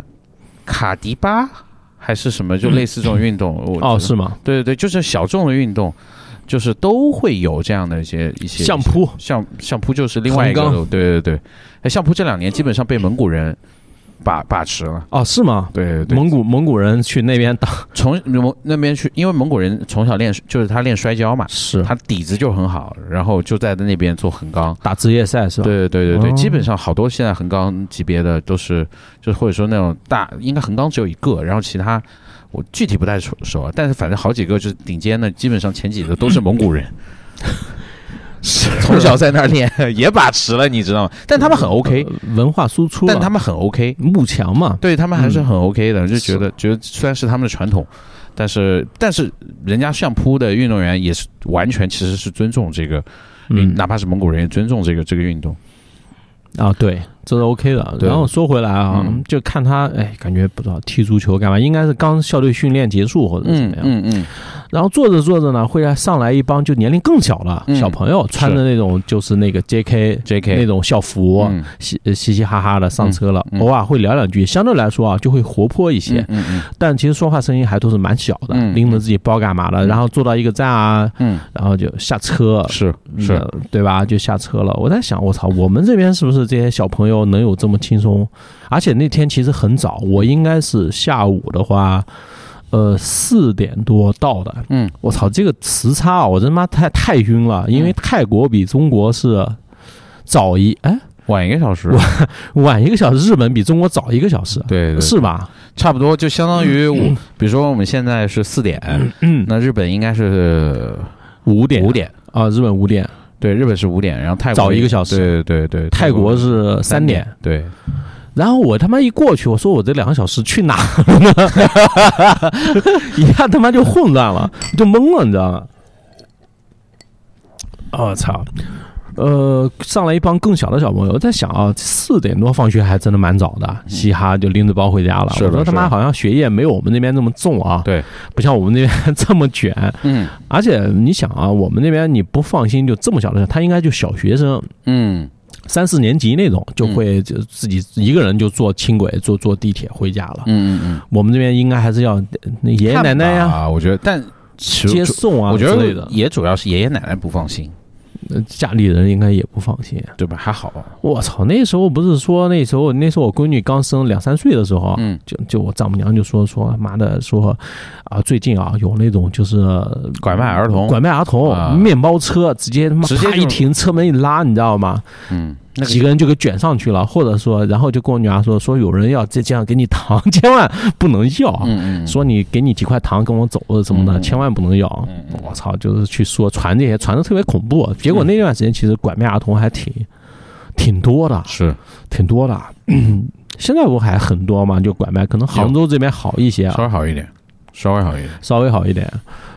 卡迪巴还是什么，就类似这种运动，我嗯哦，是吗？对对对，就是小众的运动，就是都会有这样的一些一些相扑，相相扑就是另外一横个，对对对，哎，相扑这两年基本上被蒙古人把把持了。哦，是吗？对对对，蒙古蒙古人去那边打，从蒙那边去，因为蒙古人从小练就是他练摔跤嘛，是他底子就很好，然后就在那边做横纲。打职业赛是吧？对对对对，哦基本上好多现在横纲级别的都是，就是或者说那种大，应该横纲只有一个，然后其他我具体不太熟熟啊，但是反正好几个就是顶尖的，基本上前几个都是蒙古人，是 从小在那儿练 也把持了，你知道吗？但他们很 OK，呃文化输出啊，但他们很 OK，慕强嘛，对他们还是很 OK 的，就觉是得觉得虽然是他们的传统，但是但是人家相扑的运动员也是完全其实是尊重这个运，嗯哪怕是蒙古人也尊重这个这个运动。啊，对，这是 OK 的。对然后说回来啊嗯，就看他，哎，感觉不知道踢足球干嘛，应该是刚校队训练结束或者怎嗯么样。嗯嗯，然后做着做着呢，会上来一帮就年龄更小了嗯小朋友，穿着那种就是那个 JK JK 那种校服，啊嗯嘻呃嘻嘻哈哈的上车了，嗯嗯偶尔会聊两句，相对来说啊就会活泼一些，嗯嗯但其实说话声音还都是蛮小的，嗯拎着自己包干嘛的，然后坐到一个站啊，嗯，然后就下车嗯，是是，嗯对吧？就下车了。我在想，我操，我们这边是不是这些小朋友能有这么轻松？而且那天其实很早，我应该是下午的话，呃，四点多到的。嗯，我操，这个时差啊，我真妈太太晕了，因为泰国比中国是早一哎晚一个小时，晚一个小时，日本比中国早一个小时，对对，是嗯吧？差不多就相当于我，比如说我们现在是四点，那日本应该是嗯五点五点，啊，日本五点，对，日本是五点，然后泰国早一个小时对对对对，泰国是三点。，对，然后我他妈一过去，我说我这两个小时去哪了呢？一下他妈就混乱了，就懵了，你知道吗？我、操！呃，上来一帮更小的小朋友，我在想啊，四点多放学还真的蛮早的，嘻哈就拎着包回家了。嗯是的我说他是妈的好像学业没有我们那边那么重啊，对，不像我们那边这么卷。嗯而且你想啊，我们那边你不放心，就这么小的，他应该就小学生，嗯三四年级那种，就会就自己一个人就坐轻轨、坐坐地铁回家了。嗯嗯嗯，我们这边应该还是要呃那爷爷奶奶看呀、吧我觉得，但其接实送啊我觉之类得的，也主要是爷爷奶奶不放心，呃家里人应该也不放心。对吧？还好，我操，那时候不是说那时候那时候我闺女刚生两三岁的时候啊，嗯，就就我丈母娘就说说妈的说啊，最近啊有那种就是呃拐卖儿童，拐卖儿童、啊面包车，直接他妈直接啪就一停，车门一拉，你知道吗？嗯，那几个人就给卷上去了，或者说，然后就跟我女儿说，说有人要这这样给你糖， 千万不能要啊，嗯 嗯，说你给你几块糖跟我走呃什么的，嗯千万不能要。啊嗯嗯我操，就是去说传这些，传的特别恐怖。啊结果那段时间其实拐卖儿童还挺挺多的，是挺多的。 现在不还很多嘛，就拐卖，可能杭州这边好一些啊稍，微好一点，稍微好一点，稍微好一点。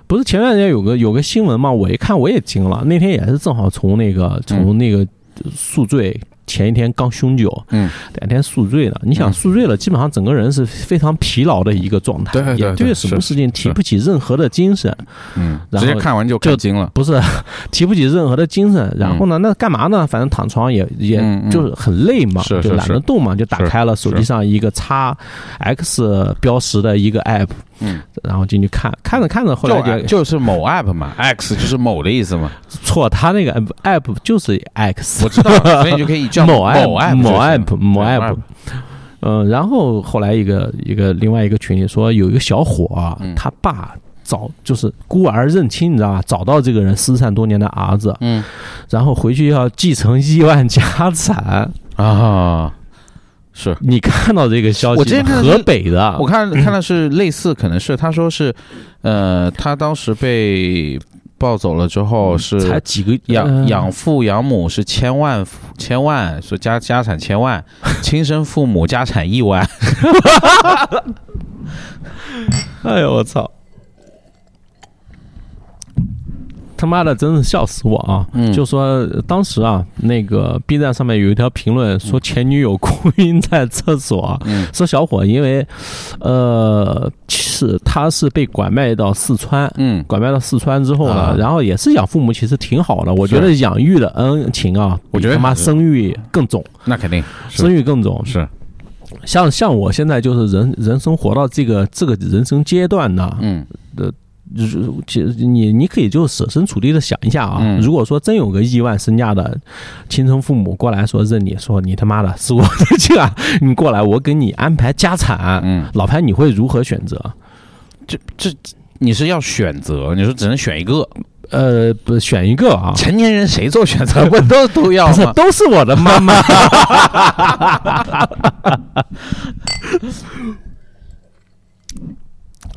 不是前段时间有个有个新闻嘛，我一看我也惊了。那天也是正好从那个从那个宿醉前一天刚凶酒，嗯，两天宿醉了。你想嗯宿醉了，基本上整个人是非常疲劳的一个状态，对对也对对是什么事情提不起任何的精神，嗯，然直后接看完就看惊了，不是提不起任何的精神。然后呢，那干嘛呢？反正躺床也也嗯嗯就是很累嘛，是就是懒是得动嘛，就打是开了手机上一个叉 X 标识的一个 app，嗯，然后进去看，看着看着，后来就就就是某 app 嘛，X 就是某的意思嘛，错，他那个 app app 就是 X，我知 道，所以你就可以叫某 app 某就行 app 某某 app， app 嗯，然后后来一个一个另外一个群里说有一个小伙啊嗯，他爸找就是孤儿认亲，你知道吧？找到这个人失散多年的儿子，嗯然后回去要继承亿万家产。啊，是你看到这个消息吗？我之前看到河是北的我，看看的是类似，可能是他说是，呃，他当时被抱走了之后嗯才是几个养嗯养父养母是千万富千万，说家家产 千万，亲生父母家产亿万，哎呦我操！他妈的，真是笑死我啊！嗯就说呃当时啊，那个 B 站上面有一条评论说前女友哭晕在厕所， 嗯说小伙因为，呃，是他是被拐卖到四川，嗯拐卖到四川之后呢，啊然后也是养父母其实挺好的，我是觉得养育的恩情啊，我觉得比他妈生育更重，那肯定生是育更重。是，像像我现在就是人人生活到这个这个人生阶段呢，嗯就是其实你你可以就设身处地的想一下啊，嗯如果说真有个亿万身价的亲生父母过来说认你，说你他妈的是我的家，你过来我给你安排家产，嗯，老潘你会如何选择？这这你是要选择，你说只能选一个，呃，不选一个啊，成年人谁做选择不都都要不是 吗？都是我的妈妈。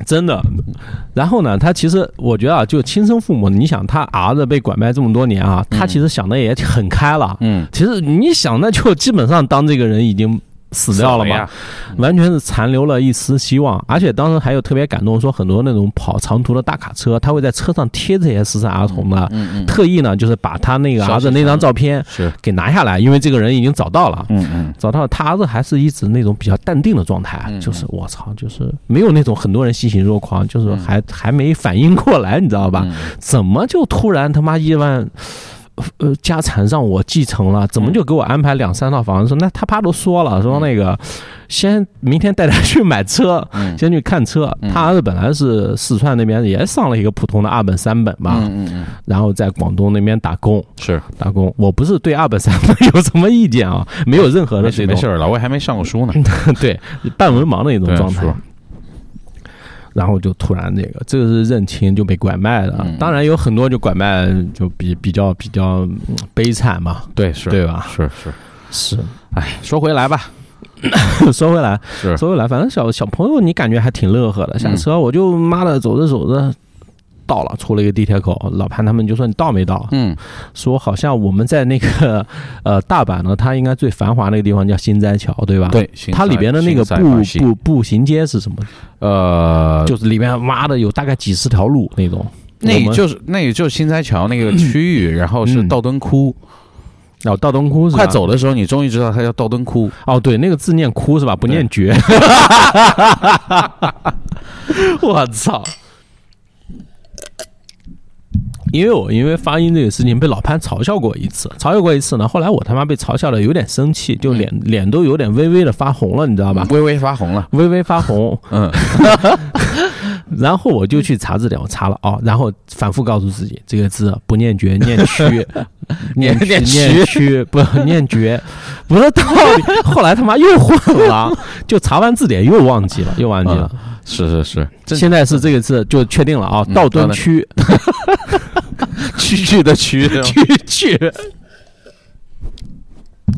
真的，然后呢？他其实我觉得啊，就亲生父母，你想他儿子被拐卖这么多年啊，他其实想的也很开了。嗯其实你想，那就基本上当这个人已经死掉了嘛呀，？完全是残留了一丝希望。而且当时还有特别感动，说很多那种跑长途的大卡车，他会在车上贴这些失散儿童的，嗯嗯，特意呢就是把他那个儿子那张照片是，给拿下来，因为这个人已经找到了。嗯嗯。找到了他儿子还是一直那种比较淡定的状态，啊嗯就是我操，就是没有那种很多人欣喜若狂，就是还还没反应过来，你知道吧？嗯嗯怎么就突然他妈亿万呃家产让我继承了？怎么就给我安排两三套房子？说那他爸都说了，说那个嗯先明天带他去买车，嗯先去看车。嗯他儿子本来是四川那边也上了一个普通的二本三本吧，嗯嗯嗯，然后在广东那边打工是打工。我不是对二本三本 有什么意见啊，没有任何的没事这没种事儿，老魏还没上过书呢。 对半文盲的一种对状态是。然后就突然这个，这个是认清就被拐卖了。嗯当然有很多就拐卖就比比较比较嗯悲惨嘛，对是，对吧？是是。是。哎，说回来吧， 说回来，是说回来，反正小小朋友你感觉还挺乐呵的。下车我就妈的走着走着。到了，出了一个地铁口，老潘他们就说你到没到？嗯说好像我们在那个呃大阪呢，它应该最繁华那个地方叫新斋桥，对吧？，对，它里边的那个新塞步巴西步步行街是什么？呃，就是里面挖的有大概几十条路那种。那我们就是那也就是新斋桥那个区域，然后是嗯道敦窟。哦，道东窟是吧快走的时候，你终于知道它叫道敦窟。哦，对，那个字念窟是吧？不念绝。 我操！因为我因为发音这个事情被老潘嘲笑过一次，嘲笑过一次呢。后来我他妈被嘲笑的有点生气，就脸嗯脸都有点微微的发红了，你知道吧？微微发红了。微微发红， 嗯，然后我就去查字典，我查了哦，然后反复告诉自己，这个字不念绝，念 曲，念曲念念曲，不念绝，不是道理。后来他妈又混 了，就查完字典又忘记了，又忘记啊了。是是是，这现在是这个字就确定了啊，嗯道敦区 区域的区域，去去。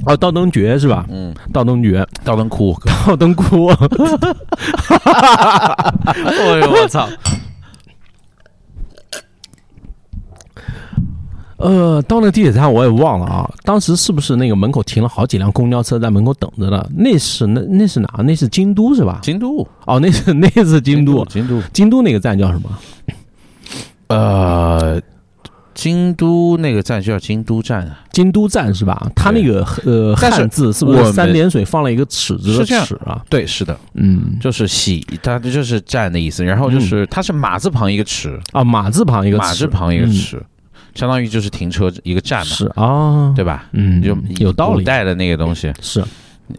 哦，道灯觉是吧？嗯，道灯觉，道敦窟。道灯窟。 哎呦我操！呃，到那个地铁站我也忘了啊，当时是不是那个门口停了好几辆公交车在门口等着呢？那是那那是哪？那是京都是吧？京都，哦，那是那是京都，京都。京都那个站叫什么？呃，京都那个站就叫京都站啊。京都站是吧？它那个呃但是汉字是不我是们三点水放了一个尺子的是这样尺啊？对，是的，嗯，就是喜，它就是站的意思。然后就是、它是马字旁一个尺，啊，马字旁一个马字尺旁一个尺，相当于就是停车一个站嘛，是啊，对吧？嗯，你就有道理，带的那个东西，是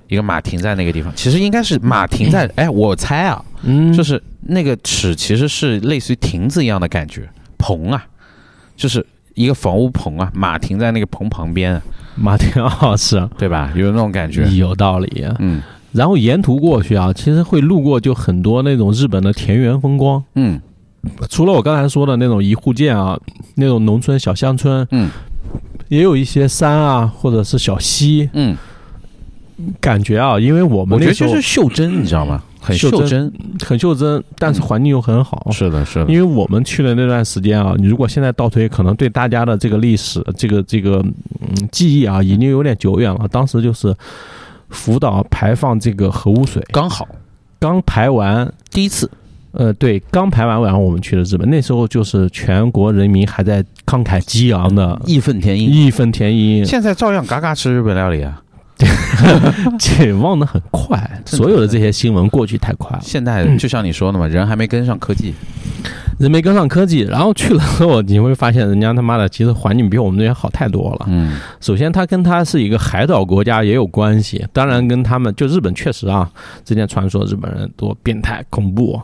一个马停在那个地方，其实应该是马停在，哎，我猜啊，嗯，就是那个尺其实是类似于亭子一样的感觉，棚啊，就是一个房屋棚啊，马停在那个棚旁边啊，马丁奥是对吧？有那种感觉，有道理。嗯然后沿途过去啊，其实会路过就很多那种日本的田园风光。嗯除了我刚才说的那种一户建啊，那种农村小乡村，嗯，也有一些山啊，或者是小溪，嗯，感觉啊，因为我们我觉那得时就是候袖珍，你知道吗？很袖袖珍，很袖珍，但是环境又很好。是嗯的，是的因，为我们去的那段时间啊，你如果现在倒推，可能对大家的这个历史、这个这个嗯记忆啊，已经有点久远了。当时就是福岛排放这个核污水，刚好刚排完，第一次，呃，对，刚排完，然后我们去了日本。那时候就是全国人民还在慷慨激昂的义愤填膺。义愤填膺，现在照样嘎嘎吃日本料理啊！这忘得很快，真的所有的这些新闻过去太快了，现在就像你说的嘛，人还没跟上科技，人没跟上科技，然后去了之后，你会发现人家他妈的其实环境比我们这边好太多了。嗯，首先，它跟它是一个海岛国家也有关系，当然跟他们就日本确实啊，之前传说日本人多变态恐怖。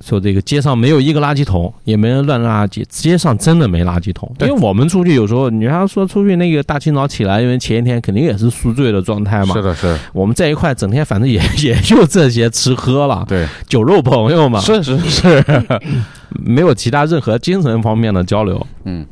说这个街上没有一个垃圾桶，也没人乱扔垃圾，街上真的没垃圾桶。因对为我们出去有时候，你要说出去那个大清早起来，因为前一天肯定也是宿醉的状态嘛，的，是的，我们在一块整天反正也 也就这些吃喝了，对，酒肉朋友嘛，是是是，没有其他任何精神方面的交流。嗯，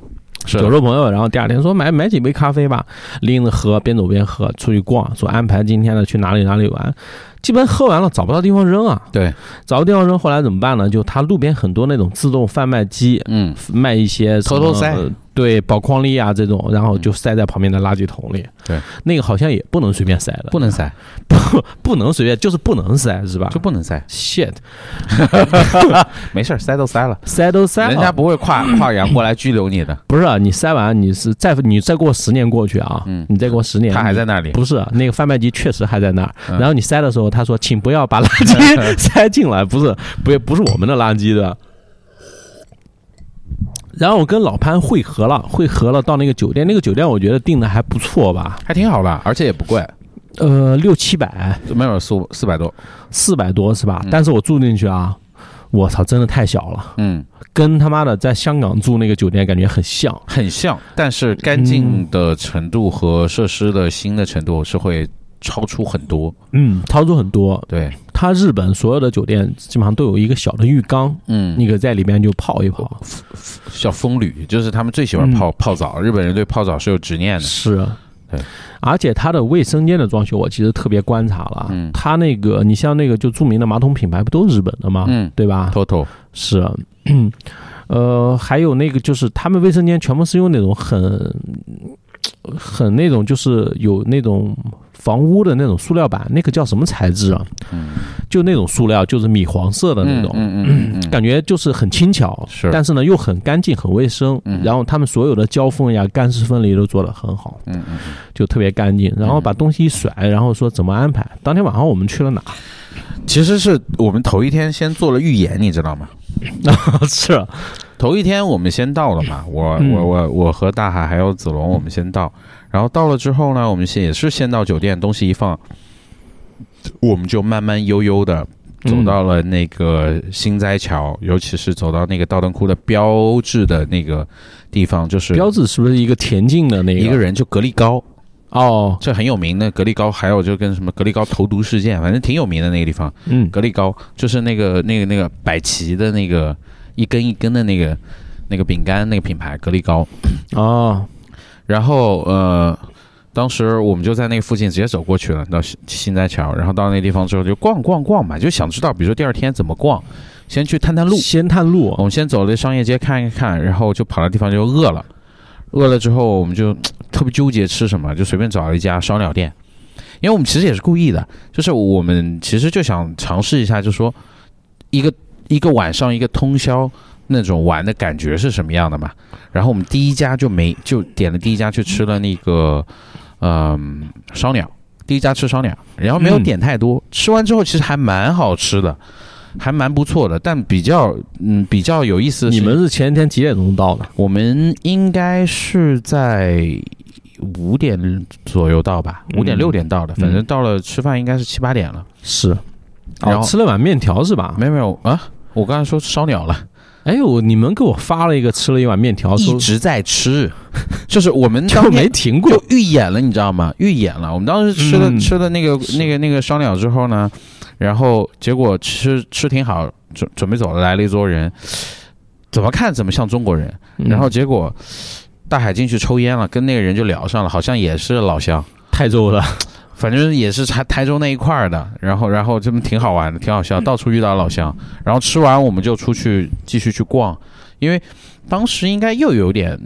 是酒的，肉朋友，然后第二天说买买几杯咖啡吧，拎着喝，边走边喝，出去逛，说安排今天的去哪里哪里玩。基本喝完了找不到地方扔啊，对，找不到地方扔，后来怎么办呢？就它路边很多那种自动贩卖机，嗯，卖一些什么偷偷塞嗯呃对宝矿力啊这种，然后就塞在旁边的垃圾桶里。对，那个好像也不能随便塞的，不能塞，不不能随便，就是不能塞是吧就不能 塞， ？shit，没事儿，塞都塞了，塞都塞人家了，不会跨跨洋过来拘留你的，不是啊你塞完你是再你再过十年过去啊，嗯你再过十年，他还你在那里，不是那个贩卖机确实还在那儿，嗯然后你塞的时候，他说请不要把垃圾 塞进来，不是不不是我们的垃圾的。然后我跟老潘会合了，会合了到那个酒店，那个酒店我觉得订的还不错吧，还挺好的，而且也不贵，呃六七百没有四五四百多，四百多是吧嗯？但是我住进去啊，我操，真的太小了，嗯，跟他妈的在香港住那个酒店感觉很像。很像，但是干净的程度和设施的新的程度是会超出很多。嗯，操作很多，对，它日本所有的酒店基本上都有一个小的浴缸，嗯，你可以在里面就泡一哦泡。叫风吕，就是他们最喜欢泡、泡澡，日本人对泡澡嗯是有执念的。是，对，而且它的卫生间的装修，我其实特别观察了，嗯它那个你像那个就著名的马桶品牌，不都是日本的吗？嗯对吧？ Toto，是， 呃，还有那个就是他们卫生间全部是用那种很很那种就是有那种。房屋的那种塑料板，那个叫什么材质啊？嗯就那种塑料，就是米黄色的那种，嗯嗯嗯嗯，感觉就是很轻巧，是但是呢又很干净、很卫生。嗯然后他们所有的交缝呀、干湿分离都做得很好。嗯嗯，就特别干净，然后把东西一甩，然后说怎么安排。当天晚上我们去了哪？ 其实是我们头一天先做了预演，你知道吗？是，啊头一天我们先到了嘛，我嗯我我我和大海还有子龙，我们先到，然后到了之后呢，我们先也是先到酒店，东西一放，我们就慢慢悠悠的嗯走到了那个新斋桥，尤其是走到那个道灯窟的标志的那个地方，就是标志是不是一个田径的那一个人就格力高，哦，这很有名的格力高，还有就跟什么格力高投毒事件，反正挺有名的那个地方。嗯，格力高就是那个那个那个百奇的那个一根一根的那个那个饼干那个品牌格力高，哦，然后呃，当时我们就在那个附近直接走过去了，到新新斋桥，然后到那地方之后就逛逛逛嘛，就想知道比如说第二天怎么逛，先去探探路，先探路我，们先走了商业街看一看，然后就跑到地方就饿了，饿了之后我们就特别纠结吃什么，就随便找了一家烧鸟店，因为我们其实也是故意的，就是我们其实就想尝试一下，就说一个一个晚上一个通宵那种玩的感觉是什么样的嘛。然后我们第一家就没就点了第一家去吃了那个嗯、烧鸟，第一家吃烧鸟，然后没有嗯点太多，吃完之后其实还蛮好吃的。还蛮不错的，但比较嗯比较有意思的是。你们是前一天几点钟到的？我们应该是在五点左右到吧，嗯五点六点到的，嗯反正到了吃饭应该是七八点了。是，然哦，后吃了碗面条是吧？没有没有啊，我刚才说烧鸟了，哎，我你们给我发了一个吃了一碗面条，一哦说直在吃，就是我 们就当没天停过就。预演了，你知道吗？预演了，我们当时吃了嗯吃了那个那个那个烧鸟之后呢，然后结果吃吃挺好，准准备走了，来了一桌人，怎么看怎么像中国人，嗯然后结果大海进去抽烟了，跟那个人就聊上了，好像也是老乡。泰州的，反正也是台台州那一块儿的，然后然后这么挺好玩的，挺好笑，到处遇到老乡。然后吃完我们就出去继续去逛，因为当时应该又有点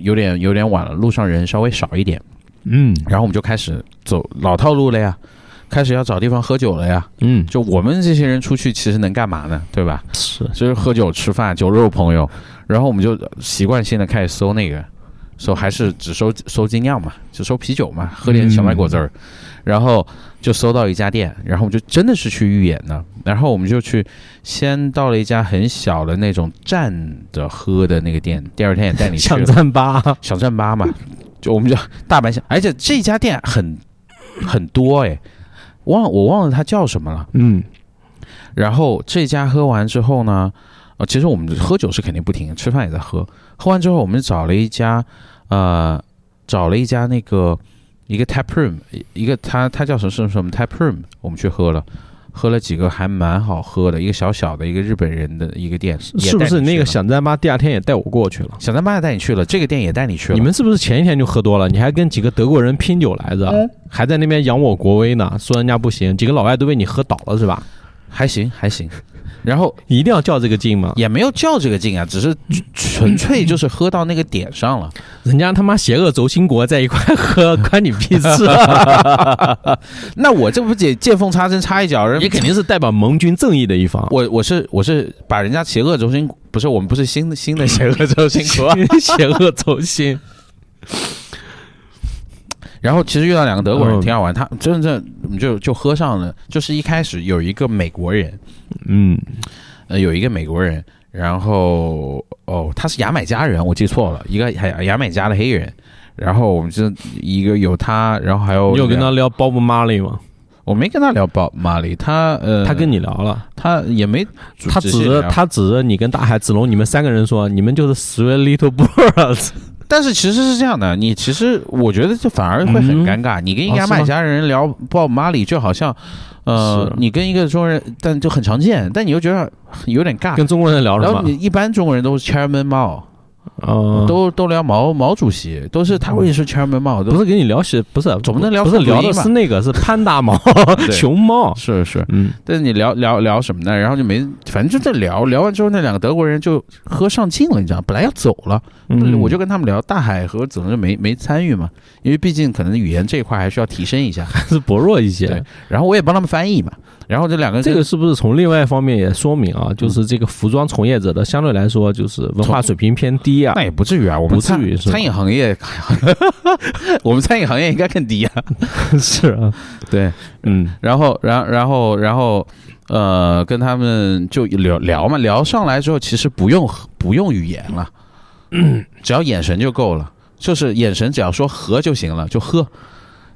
有点有点晚了，路上人稍微少一点。嗯然后我们就开始走老套路了呀，开始要找地方喝酒了呀。嗯，就我们这些人出去其实能干嘛呢？对吧？是就是喝酒吃饭，酒肉朋友。然后我们就习惯性的开始搜那个，搜还是只搜搜精酿嘛，只搜啤酒嘛，喝点小麦果汁儿。然后就搜到一家店，然后我们就真的是去预演的。然后我们就去先到了一家很小的那种站着喝的那个店，第二天也带你去抢了占吧，小站吧嘛，就我们叫大阪小，而且这家店很很多哎，忘我忘了它叫什么了。嗯然后这家喝完之后呢，呃，其实我们喝酒是肯定不停，吃饭也在喝。喝完之后，我们找了一家，呃，找了一家那个一个 tap room，一个它它叫什么什么什么 tap room，我们去喝了。喝了几个还蛮好喝的，一个小小的一个日本人的一个店，也是不是带你去那个了想战吧？第二天也带我过去了。小三八也带你去了，这个店也带你去了，你们是不是前一天就喝多了？你还跟几个德国人拼酒来着，还在那边扬我国威呢，说人家不行，几个老外都被你喝倒了是吧？还行还行。然后一定要较这个劲吗？也没有较这个劲啊，只是纯粹就是喝到那个点上了。人家他妈邪恶轴心国在一块喝，关你屁事！啊 那我这不得见缝插针插一脚？人你肯定是代表盟军正义的一方。我我是我是把人家邪恶轴心不是我们不是新的新的邪恶轴心 国啊，邪恶轴 心，然后其实遇到两个德国人嗯挺好玩，他真正就就喝上了，就是一开始有一个美国人，嗯，呃，有一个美国人，然后哦，他是牙买加人，我记错了，一个牙牙买加的黑人。然后我们就一个有他，然后还有你有跟两他聊 Bob Marley 吗？我没跟他聊宝马里，他呃，他跟你聊了，他也没，他只指是着聊，他指着你跟大海子龙，你们三个人说，你们就是 three little birds。但是其实是这样的，你其实我觉得这反而会嗯很尴尬，你跟一哦个牙是吗买加人聊鲍马里，就好像，呃是，你跟一个中国人，但就很常见，但你又觉得有点尬。啊跟中国人聊什然后么你？一般中国人都是 chairman 帽，嗯，都都聊毛毛主席，都是他会是 chairman 帽，都不是跟你聊邪，不是总不能聊不是父母聊一的嘛是那个是潘大 猫、熊猫。是是。嗯，但是你聊聊聊什么呢？然后就没，反正就在聊聊完之后，那两个德国人就喝上劲了，你知道，本来要走了。嗯我就跟他们聊，大海和子龙就没没参与嘛，因为毕竟可能语言这一块还需要提升一下。还是薄弱一对些。然后我也帮他们翻译嘛，然后这两个人这个是不是从另外一方面也说明啊？嗯就是这个服装从业者的相对来说就是文化水平偏低啊那。也不至于啊，我们不至餐于是吧餐饮行业， 我们餐饮行业应该更低啊。是啊， 对，嗯，然后，然然后然后呃，跟他们就聊聊嘛，聊上来之后，其实不用不用语言了，只要眼神就够了，就是眼神只要说喝就行了，就喝。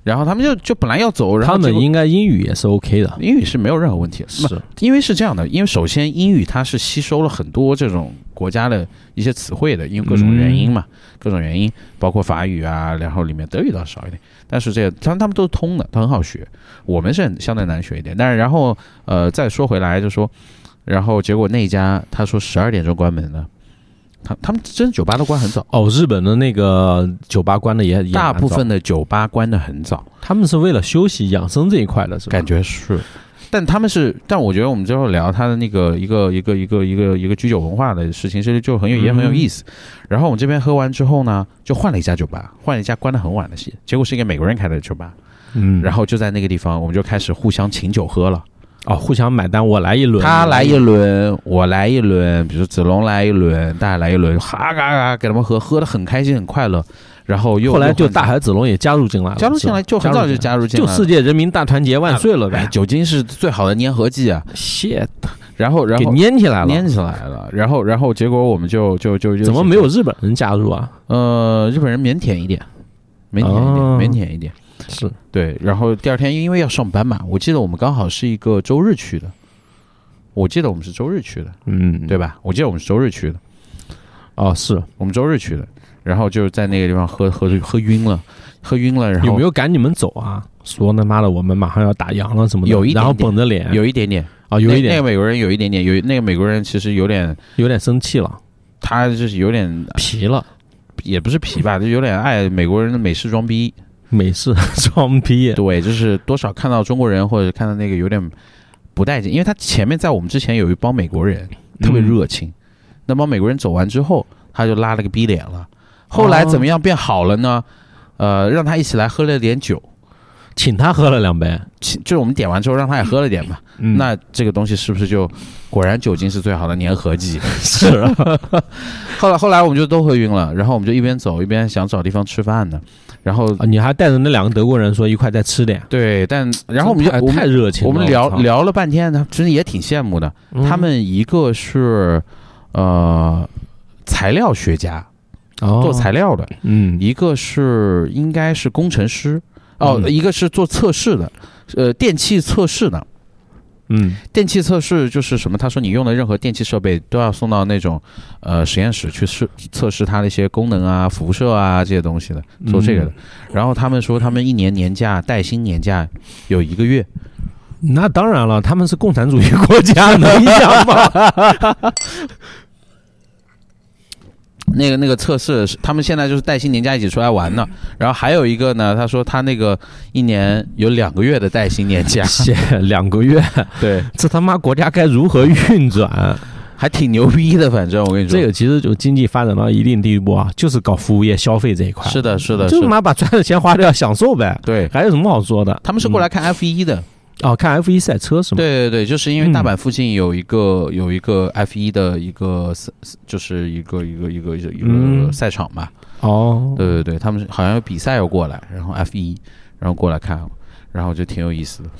然后他们就就本来要走，然后他们结果嗯应该英语也是 OK 的。英语是没有任何问题的，是，因为是这样的，因为首先英语它是吸收了很多这种国家的一些词汇的，因为各种原因嘛，各种原因，包括法语啊，然后里面德语倒是少一点，但是这个他们他们都是通的，它很好学，我们是很相对难学一点。但是然后呃，再说回来就说，然后结果那家他说十二点钟关门的，他他们真酒吧都关很早，哦，日本的那个酒吧关的也也大蛮部早分的酒吧关的很早，他们是为了休息养生这一块的，是吧？感觉是。但他们是，但我觉得我们之后聊他的那个一个一个一个一个一个居酒文化的事情，其实就很有嗯也很有意思。然后我们这边喝完之后呢，就换了一家酒吧，换了一家关的很晚的戏，结果是一个美国人开的酒吧。嗯然后就在那个地方，我们就开始互相请酒喝了。哦，互相买单，我来一轮，他来一轮，我来一轮，比如子龙来一轮，大海来一轮，哈嘎嘎给他们喝，喝的很开心很快乐。然后又后来又就换大海子龙也加入进来了，加入进来，是吧就很早就加加入入进进来来，就了，世界人民大团结万岁了哎呗，酒精是最好的粘合剂啊。谢，然后然给后粘起来了。粘起来了。然后，然后结果我们就就就就怎么没有日本人加入啊？呃，日本人腼腆一点，腼腆一点，哦腼腆一点。是，对，然后第二天因为要上班嘛，我记得我们刚好是一个周日去的，我记得我们是周日去的，嗯，对，吧？我记得我们是周日去的，哦，是我们周日去的，然后就在那个地方喝喝喝晕了，喝晕了，然后有没有赶你们走啊？说他妈的，我们马上要打烊了什么的，有一点然后点绷着脸，有一点点，啊，有一那那点个美国人有一点点，有那个美国人其实有点，有点生气了，他就是有点皮了，也不是皮吧，就有点爱美国人的美式装逼，美式 装逼，对，就是多少看到中国人或者看到那个有点不带劲，因为他前面在我们之前有一帮美国人特嗯别热情，那帮美国人走完之后，他就拉了个逼脸了。后哦来怎么样变好了呢？呃，让他一起来喝了点酒，请他喝了两杯，请就是我们点完之后让他也喝了点嘛。嗯那这个东西是不是就果然酒精是最好的粘合剂？ 是啊， 后来后来我们就都喝晕了，然后我们就一边走一边想找地方吃饭呢。然后啊你还带着那两个德国人说一块再吃点，对，但然后我们就太我们太热情了，我们聊操，聊了半天，他其实也挺羡慕的。嗯他们一个是呃材料学家，做哦材料的；嗯一个是应该是工程师，哦，嗯一个是做测试的，呃，电气测试的。嗯电气测试就是什么？他说你用的任何电气设备都要送到那种呃实验室去试测试它的一些功能啊、辐射啊这些东西的，嗯做这个的。然后他们说他们一年年假带薪年假有一个月，那当然了，他们是共产主义国家， 能想吗？，那个那个测试是，他们现在就是带薪年假一起出来玩呢。然后还有一个呢，他说他那个一年有两个月的带薪年假 写两个月，对，这他妈国家该如何运转？还挺牛逼的。反正我跟你说，这个其实就经济发展到一定地步啊，就是搞服务业消费这一块，是的，是的，就是他的，妈把赚的钱花掉，享受呗，对，还有什么好说的？他们是过来看 F 一的，哦，看 F 一赛车是吗？对对对，就是因为嗯大阪附近有一个、有一个 F 一的一个赛就是一个一个一个一个一嗯个赛场嘛。哦，对对对，他们好像有比赛要过来，然后 F 一，然后过来看，然后就挺有意思的。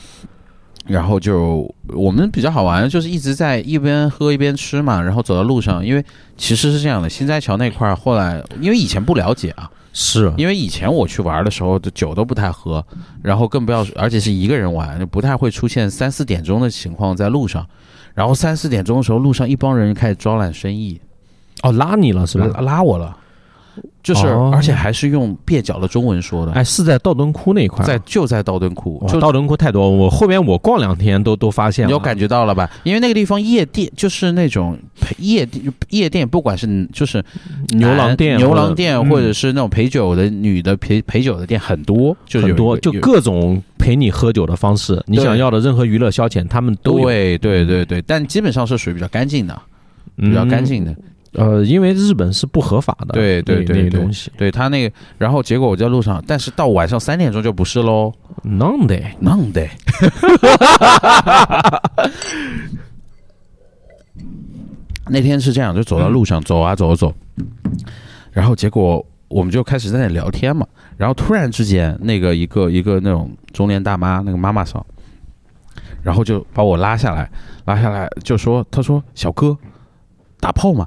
然后就我们比较好玩，就是一直在一边喝一边吃嘛，然后走到路上，因为其实是这样的，新斋桥那块儿后来因为以前不了解啊，是，因为以前我去玩的时候，这酒都不太喝，然后更不要，而且是一个人玩，就不太会出现三四点钟的情况在路上。然后三四点钟的时候，路上一帮人开始招揽生意，哦，拉你了是吧？拉拉我了，就是、哦而且还是用蹩脚的中文说的，哎，是在道顿窟那一块吗，在就在道顿窟，嗯哇就道顿窟太多，我后面我逛两天都都发现了，你有感觉到了吧？因为那个地方夜店就是那种夜店，夜店不管是就是牛郎店男或者牛郎店，嗯或者是那种陪酒的女的陪陪酒的店很多，就是很有一多，个就有各种陪你喝酒的方式，你对想要的任何娱乐消遣，他们都有，对对对对，但基本上是属于比较干净的，嗯比较干。净的。呃，因为日本是不合法的，对对那对那对东西对他那个，然后结果我在路上，但是到晚上三点钟就不是喽，弄的。哎弄的。 那天是这样，就走到路上走啊走啊走，然后结果我们就开始在那里聊天嘛，然后突然之间，那个一个一个那种中年大妈，那个妈妈桑，然后就把我拉下来，拉下来就说，他说小哥，打炮嘛。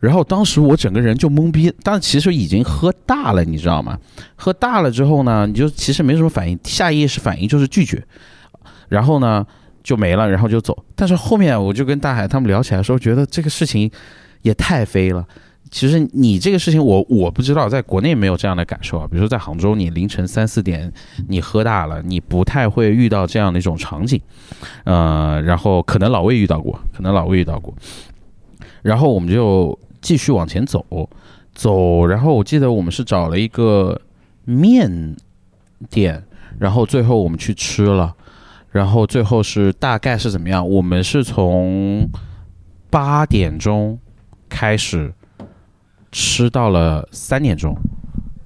然后当时我整个人就懵逼，但其实已经喝大了，你知道吗？喝大了之后呢，你就其实没什么反应，下意识反应就是拒绝，然后呢就没了，然后就走。但是后面我就跟大海他们聊起来的时候，觉得这个事情也太飞了。其实你这个事情我，我不知道，在国内没有这样的感受啊。比如说在杭州，你凌晨三四点你喝大了，你不太会遇到这样的一种场景，呃，然后可能老魏遇到过，可能老魏遇到过。然后我们就继续往前走，走，然后我记得我们是找了一个面店，然后最后我们去吃了，然后最后是大概是怎么样？我们是从八点钟开始吃到了三点钟，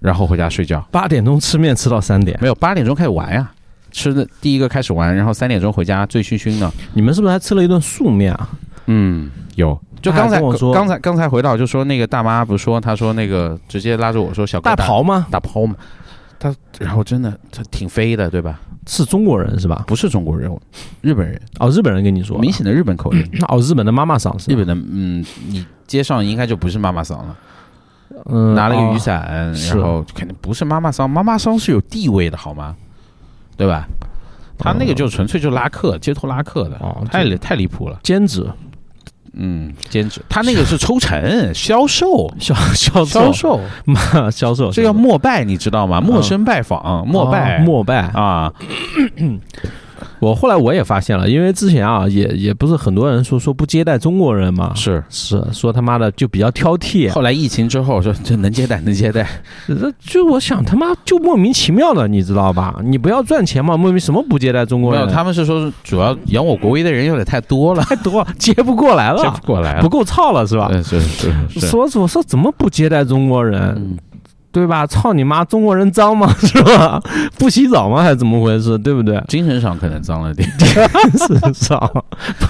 然后回家睡觉。八点钟吃面吃到三点，没有八点钟开始玩呀、吃的第一个开始玩，然后三点钟回家醉醺醺的。你们是不是还吃了一顿素面啊？嗯，有。就他还刚才跟我说刚才刚才回到就说那个大妈不是说，她说那个直接拉着我说小哥大打袍吗？打抛嘛，他然后真的他挺飞的，对吧？是中国人是吧？不是中国人，日本人，哦，日本人跟你说的，明显的日本口音，哦，日本的妈妈桑是吧日本的嗯，你街上应该就不是妈妈桑了，嗯拿了个雨哦伞，是然后肯定不是妈妈桑，妈妈桑是有地位的好吗？对吧？他那个就纯粹就拉客，街头拉客的，哦太离太离谱了。兼职嗯，兼职，他那个是抽成、销售、 销销售销售，哦嘛 销售，这叫陌拜，你知道吗？陌生拜访，陌拜哦，膜拜啊，我后来我也发现了，因为之前啊，也也不是很多人说说不接待中国人嘛，是。是说他妈的就比较挑剔，后来疫情之后说这能接待能接待，这就我想他妈就莫名其妙的，你知道吧？你不要赚钱嘛，莫名什么不接待中国没人，有，他们是说主要养我国威的人有点太多了，太多 接不过来接了不，啊过来不了，够操了是吧？对是是是是，说我说怎么不接待中国人，嗯，对吧？操你妈，中国人脏吗？ 是吧？不洗澡吗？还是怎么回事？对不对？ 精神上可能脏了点是上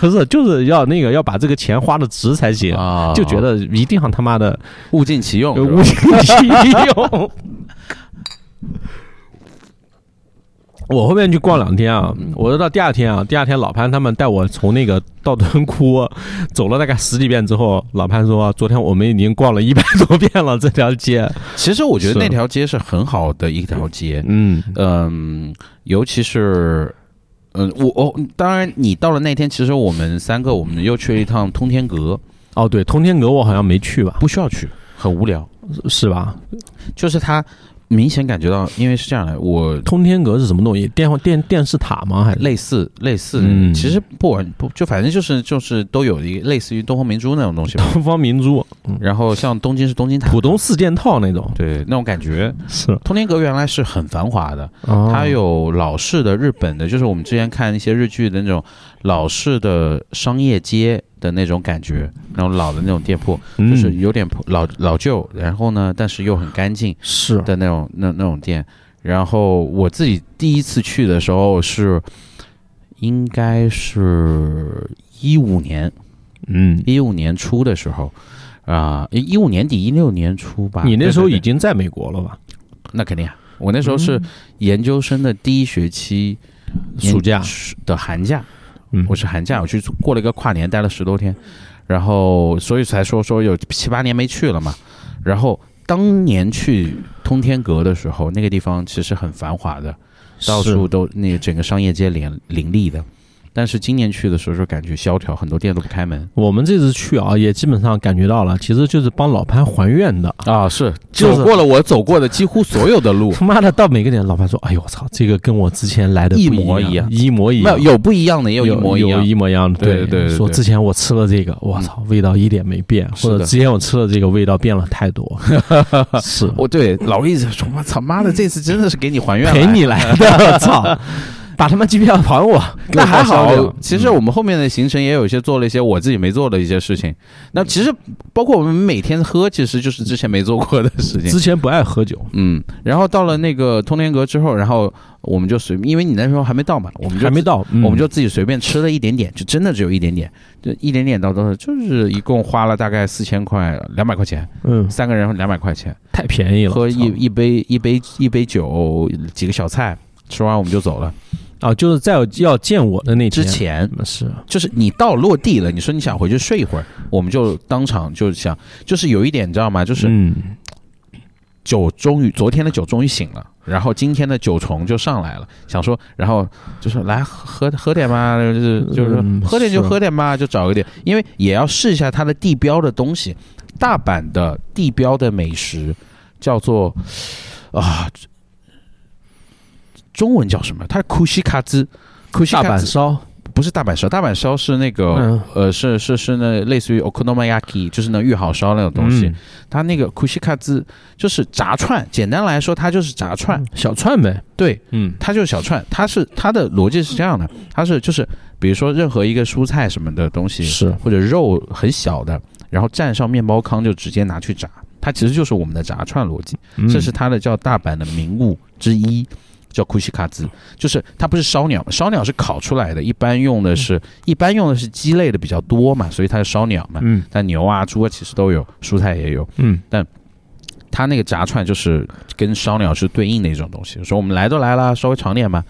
不是就是要那个要把这个钱花的值才行，啊就觉得一定要他妈的物尽其用，有是吧物尽其用。我后面去逛两天啊，嗯我就到第二天啊，第二天老潘他们带我从那个道顿窟走了大概十几遍之后，老潘说、啊昨天我们已经逛了一百多遍了这条街。其实我觉是得那条街是很好的一条街，嗯，嗯，尤其是。嗯，我哦，当然，你到了那天，其实我们三个，我们又去了一趟通天阁，哦对，通天阁我好像没去吧，不需要去，很无聊，是吧？就是它明显感觉到，因为是这样的，我 通天阁是什么东西？电话电电视塔吗？还是类似类似，嗯其实不完不就反正就是就是都有一个类似于东方明珠那种东西吧。东方明珠、然后像东京是东京塔，浦东四件套那种？对那种感觉。是，通天阁原来是很繁华的，哦它有老式的日本的，就是我们之前看一些日剧的那种老式的商业街的那种感觉，那种老的那种店铺，就是嗯有点破老老旧，然后呢，但是又很干净是的那种那那种店。然后我自己第一次去的时候是，应该是一五年嗯，一五年初的时候。啊，一五年底一六年初吧。你那时候对对已经在美国了吧？对那肯定啊，我那时候是研究生的第一学期嗯年暑假的寒假，嗯我是寒假，我去过了一个跨年，待了十多天，然后所以才说说有七八年没去了嘛。然后当年去通天阁的时候，那个地方其实很繁华的，到处都那个整个商业街林林立的。但是今年去的时候就感觉萧条，很多店都不开门我们这次去啊，也基本上感觉到了，其实就是帮老潘还愿的。啊，是就是走过了我走过的几乎所有的路，他妈的，到每个点，老潘说：“哎呦，我操，这个跟我之前来的一不模一一样一模一没有样，有不一样的，也有一模一有样。一模一样的。对对对对说对之前我吃了这个，我操，味道一点没变，是或者的之前我吃了这个味道变了太 多，是我对老一直说，我操妈的，这次真的是给你还愿来陪你来的，我 操，把他妈机票还我，给我那还报销好掉，其实我们后面的行程也有一些做了一些我自己没做的一些事情。那其实包括我们每天喝，其实就是之前没做过的事情。之前不爱喝酒，嗯，然后到了那个通天阁之后，然后我们就随，因为你那时候还没到嘛，我们就还没，到，嗯我们就自己随便吃了一点点，就真的只有一点点，就一点点到多少，就是一共花了大概四千块，两百块钱，嗯三个人两百块钱，太便宜了，喝操一一杯一杯一杯酒，几个小菜，吃完我们就走了。啊，就是在我要见我的那之天前是就是你到落地了，你说你想回去睡一会儿，我们就当场就想，就是有一点你知道吗？就是嗯酒终于昨天的酒终于醒了，然后今天的酒虫就上来了，想说，然后就是来喝喝喝点吧， 就是就是说嗯喝点就是喝点吧，就找个点，因为也要试一下它的地标的东西。大阪的地标的美食叫做啊，中文叫什么？它是库西卡兹。库西大卡阪烧，不是大阪烧，大阪烧是那个、嗯呃，是是是那类似于 okonomiyaki，就是那玉好烧那种东西。嗯它那个 kushikatsu 就是炸串，简单来说，它就是炸串，小串呗，对，嗯它就是小串。它是它的逻辑是这样的，它是就是比如说任何一个蔬菜什么的东西，是或者肉很小的，然后蘸上面包糠就直接拿去炸，它其实就是我们的炸串逻辑。嗯这是它的叫大阪的名物之一，叫库西卡兹，就是它不是烧鸟，烧鸟是烤出来的，一般用的嗯是一般用的是鸡类的比较多嘛，所以它是烧鸟嘛。嗯但牛啊、猪啊其实都有，蔬菜也有。嗯它那个炸串就是跟烧鸟是对应的一种东西。说我们来都来了，稍微尝点吧。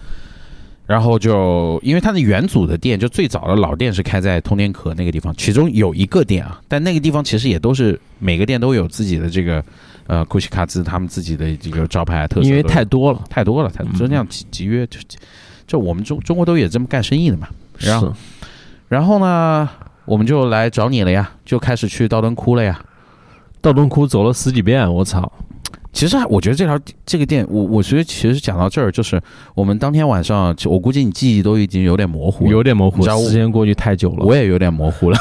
然后就因为它的元祖的店，就最早的老店是开在通天阁那个地方，其中有一个店啊，但那个地方其实也都是每个店都有自己的这个呃库西卡兹他们自己的这个招牌啊特色都有，因为太多了，太多了，太就那样集集约，就就我们中中国都也这么干生意的嘛。是然后然后呢，我们就来找你了呀，就开始去道顿窟了呀。道东窟走了十几遍，我操，其实还我觉得这条这个店，我我觉得其实讲到这儿，就是我们当天晚上，就我估计你记忆都已经有点模糊了，有点模糊你知道，我时间过去太久了，我也有点模糊了。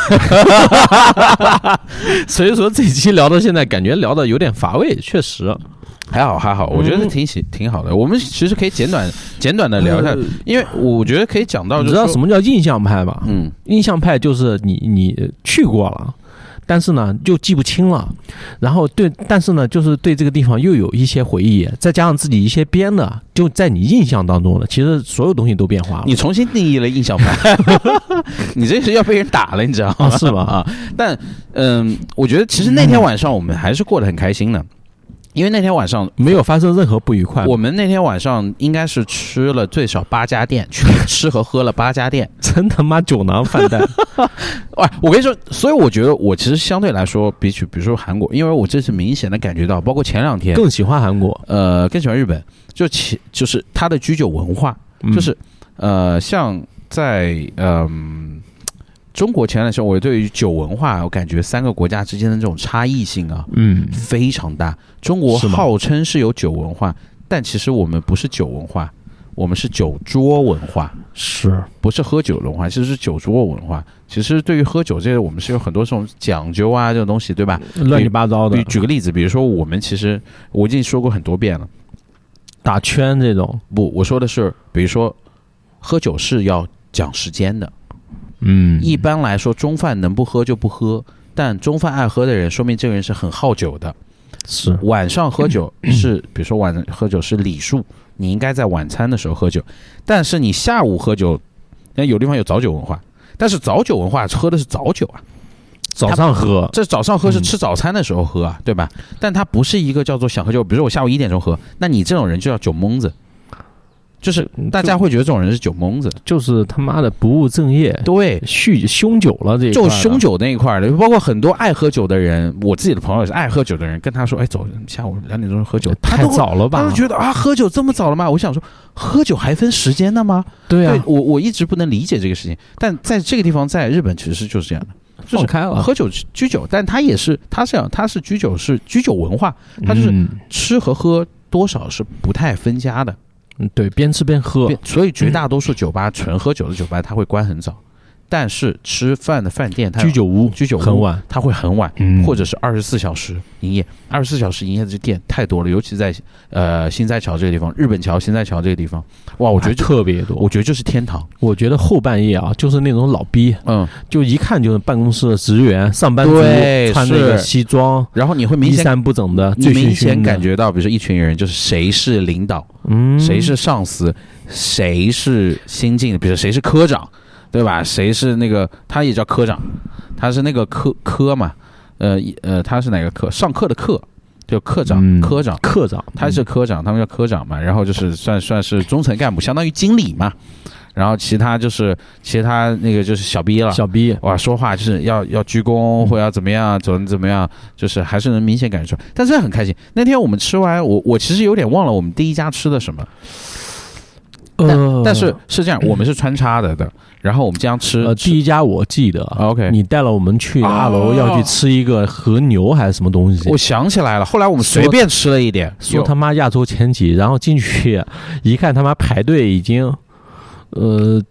所以说这期聊到现在，感觉聊的有点乏味，确实。 还好还好，我觉得嗯挺喜挺好的。我们其实可以简短简短的聊一下呃，因为我觉得可以讲到，你知道什么么？叫印象派吧？嗯，印象派就是你你去过了。但是呢，又记不清了，然后对，但是呢，就是对这个地方又有一些回忆，再加上自己一些编的，就在你印象当中了。其实所有东西都变化了。你重新定义了印象 派，你这是要被人打了，你知道吗？ 啊是吗啊，但嗯，我觉得其实那天晚上我们还是过得很开心的，因为那天晚上。没有发生任何不愉快，我们那天晚上应该是吃了最少八家店，去吃和喝了八家 店。真他妈酒囊饭 袋。哎，我跟你说，所以我觉得我其实相对来说，比起比如说韩国，因为我这次明显的感觉到，包括前两天，更喜欢韩国，呃，更喜欢日本，就其就是它嗯的居酒文化，嗯就是呃，像在嗯、中国前段时间我对于酒文化，我感觉三个国家之间的这种差异性啊嗯，非常大。中国是吗号称是有酒文化，但其实我们不是酒文化，我们是酒桌文化。是，不是喝酒文化，其实是酒桌文化。其实对于喝酒这些，我们是有很多这种讲究啊，这种东西，对吧？乱七八糟的比，举个例子，比如说我们其实我已经说过很多遍了，打圈这种，不，我说的是，比如说喝酒是要讲时间的。嗯一般来说，中饭能不喝就不喝，但中饭爱喝的人，说明这个人是很好酒的。是，晚上喝酒是，比如说晚上喝酒是礼数，你应该在晚餐的时候喝酒，但是你下午喝酒，那有地方有早酒文化，但是早酒文化喝的是早酒啊，早上喝，这早上喝是吃早餐的时候喝啊，对吧？但它不是一个叫做想喝酒，比如说我下午一点钟喝，那你这种人就叫酒蒙子，就是嗯大家会觉得这种人是酒蒙子，就是他妈的不务正业，对。酗凶酒了这一块就的凶，酒那一块儿的，包括很多爱喝酒的人，我自己的朋友也是爱喝酒的人，跟他说：“哎，走，下午两点钟喝酒，他太都会早了他吧就？觉得啊，喝酒这么早了吗？我想说，喝酒还分时间的吗？对对啊，我我一直不能理解这个事情。但在这个地方，在日本其实就是这样的，就是呃放开了，喝酒居酒，但他也是他是这样，他是居酒是居酒文化，他就是嗯吃和喝多少是不太分家的，嗯对，边吃边喝，所以绝大多数酒吧 纯喝酒的酒吧他会关很早，但是吃饭的饭店他居酒屋居酒屋很晚，他会很晚。嗯或者是二十四小时营业。二十四小时营业的这店太多了，尤其在呃新在桥这个地方，日本桥、新在桥这个地方，哇，我觉得就啊特别多。我我觉得就是天堂。我觉得后半夜啊，就是那种老逼，嗯，就一看就是办公室的职员、上班族，对穿那个是西装，然后你会明衣显衫不整的，你醉醺明醺显的感，觉到，比如说一群人，就是谁是领导，嗯，谁是上司，谁是新进的，比如说谁是科长，对吧？谁是那个他也叫科长，他是那个科科嘛，呃一呃，他是哪个科？上课的课，就科长、嗯科长。科长？嗯他是科长，他们叫科长嘛，然后就是算算是中层干部，相当于经理嘛。然后其他就是其他那个就是小逼了嗯，小嗯逼，哇，说话就是要要鞠躬或要怎么样，怎么怎么样，就是还是能明显感觉出来。但是很开心，那天我们吃完，我我其实有点忘了我们第一家吃的什么，呃，但是是这样，我们是穿插的的，然后我们经常吃呃，第一家我记得啊，OK 你带了我们去啊二楼要去吃一个和牛还是什么东西我。想起来了，后来我们随说便吃了一点，说有他妈亚洲前几，然后进去一看，他妈排队已经，呃，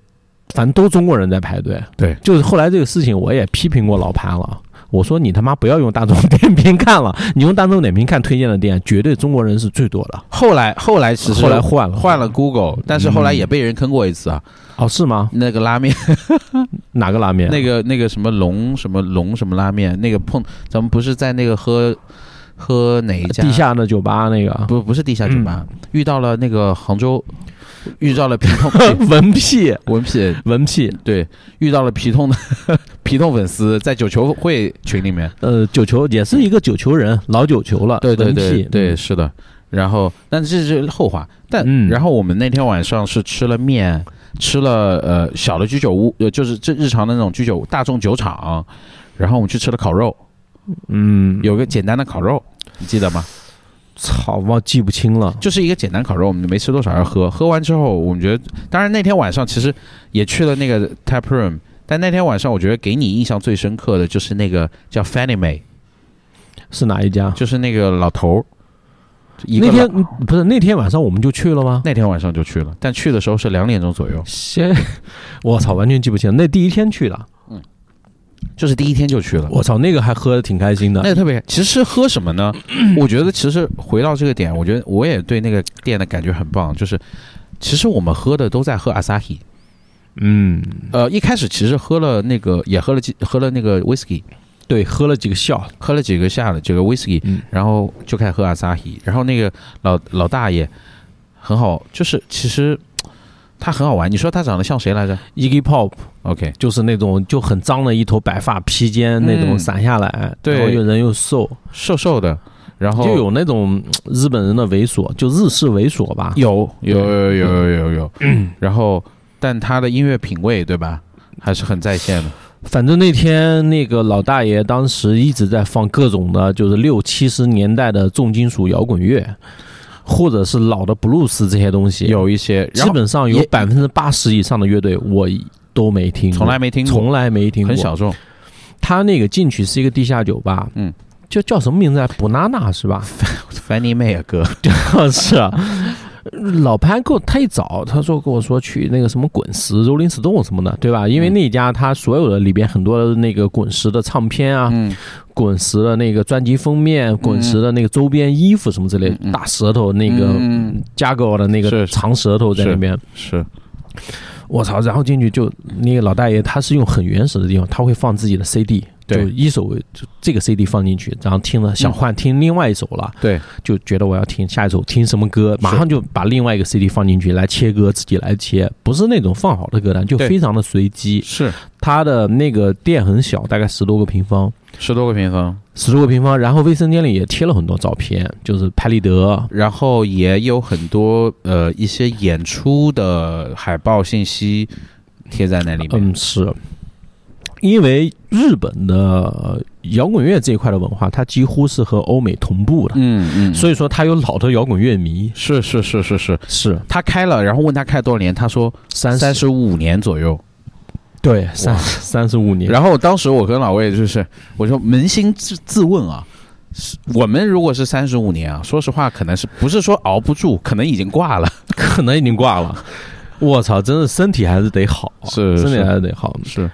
反正都中国人在排队。对，就是后来这个事情，我也批评过老潘了。我说你他妈不要用大众点评看了，你用大众点评看推荐的店，绝对中国人是最多的。后来后来其实后来换了换了 Google，但是后来也被人坑过一次啊，哦，是吗？那个拉面。哪个拉面？那个那个什么龙什么龙什么拉面，那个碰咱们不是在那个喝喝哪一家地下嗯的酒吧那个不不是地下酒吧，遇到了那个杭州，遇到了皮痛 文屁文痞，文屁，对，遇到了皮痛的 皮痛粉丝在九球会群里面，呃，九球也是一个九球人，老九球了，对对文对屁对，，是的。然后，但这是后话。但、嗯然后我们那天晚上是吃了面，吃了呃小的居酒屋，呃就是这日常的那种居酒大众酒厂，然后我们去吃了烤肉，嗯，有个简单的烤肉，你记得吗？操，忘记不清了，就是一个简单烤肉，我们没吃多少，要喝。喝完之后，我们觉得，当然那天晚上其实也去了那个 tap room，但那天晚上我觉得给你印象最深刻的就是那个叫 Fanny Mae，是哪一家？就是那个老头儿。一个那老天嗯不是那天晚上我们就去了吗？那天晚上就去了，但去的时候是两点钟左右，先， 我操，完全记不清。那第一天去的，就是第一天就去了。我操，那个还喝的挺开心那的。个特别，其实喝什 么呢？我觉得其实回到这个点，我觉得我也对那个店的感觉很棒，就是其实我们喝的都在喝 Asahi，嗯，呃，一开始其实喝了那个也喝了几喝了那个 whisky，对，喝了几个笑，喝了几个下了几个 whisky，、嗯然后就开始喝阿萨希。然后那个老老大爷很好，就是其实嘖他很好玩。你说他长得像谁来着 i g g y Pop ？OK，就是那种就很脏的一头白发披肩那种嗯散下来，对然后又人又瘦，瘦瘦的，然后就有那种嗯日本人的猥琐，就日式猥琐吧。有有有有有有有，然后但他的音乐品味对吧，还是很在线的。反正那天那个老大爷当时一直在放各种的，就是六七十年代的重金属摇滚乐，或者是老的布鲁斯这些东西。有一些，然基后本上有也百分之八十以上的乐队，我都没听过，从来没听过，从来没听过，很小众。他那个进去是一个地下酒吧，嗯，就叫什么名字啊？布娜娜 是吧？ Fanny Mae 啊哥，是啊。老潘跟我他一早他说跟我说去那个什么滚石、Rolling Stone 什么的，对嗯吧？因为那家他所有的里边很多的那个滚石的唱片啊，嗯，滚石的那个专辑封面、滚石的那个周边衣服什么之类，嗯大舌头那个嗯加狗的那是个是长舌头在是里面，是我操！然后进去就那个老大爷他是用很原始的地方，他会放自己的 CD，就对嗯一首就这个 CD 放进去，然后听了想换听另外一首了。对，就觉得我要听下一首听什么歌，马上就把另外一个 CD 放进去来切歌，自己来切，不是那种放好的歌单，就对非常的随机。是他的那个店很小，大概十多个平方，十多个平方，十多个平方，然后卫生间里也贴了很多照片，就是拍立得。然后也有很多呃一些演出的海报信息贴在那里面。嗯，是因为日本的呃摇滚乐这一块的文化，它几乎是和欧美同步的，嗯嗯，所以以说它有老的摇滚乐迷是是是是是，是他开了，然后问他开了多少年，他说三三十五年左右。对三三十五年，然后当时我跟老魏就是，我说扪心自自问啊，是我们如果是三十五年啊，说实话，可能是不是说熬不住，可能已经挂了。可能已经挂了。我操，真是身体还是得好，啊是身体是还是得好。是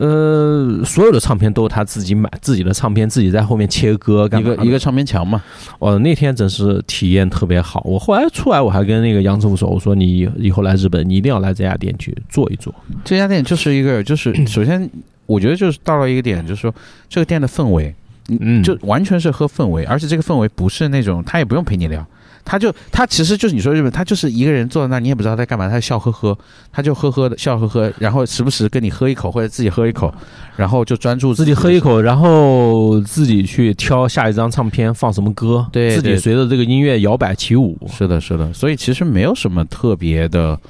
呃，所有的唱片都是他自己买自己的唱片，自己在后面切歌干一嘛个的一个，唱片墙嘛，哦，那天真是体验特别好。我后来出来，我还跟那个杨师傅说，我说你以以后来日本，你一定要来这家店去坐一坐。这家店就是一个，就是首先我觉得就是到了一个点，就是说这个店的氛围，嗯就完全是喝氛围，而且这个氛围不是那种他也不用陪你聊。他就他其实就是你说日本，他就是一个人坐在那，你也不知道他在干嘛，他笑呵呵，他就呵呵的笑呵呵，然后时不时跟你喝一口或者自己喝一口，然后就专注自己的喝一口，然后自己去挑下一张唱片放什么歌，对自己对随着这个音乐摇摆起舞。是的，是的，所以其实没有什么特别的，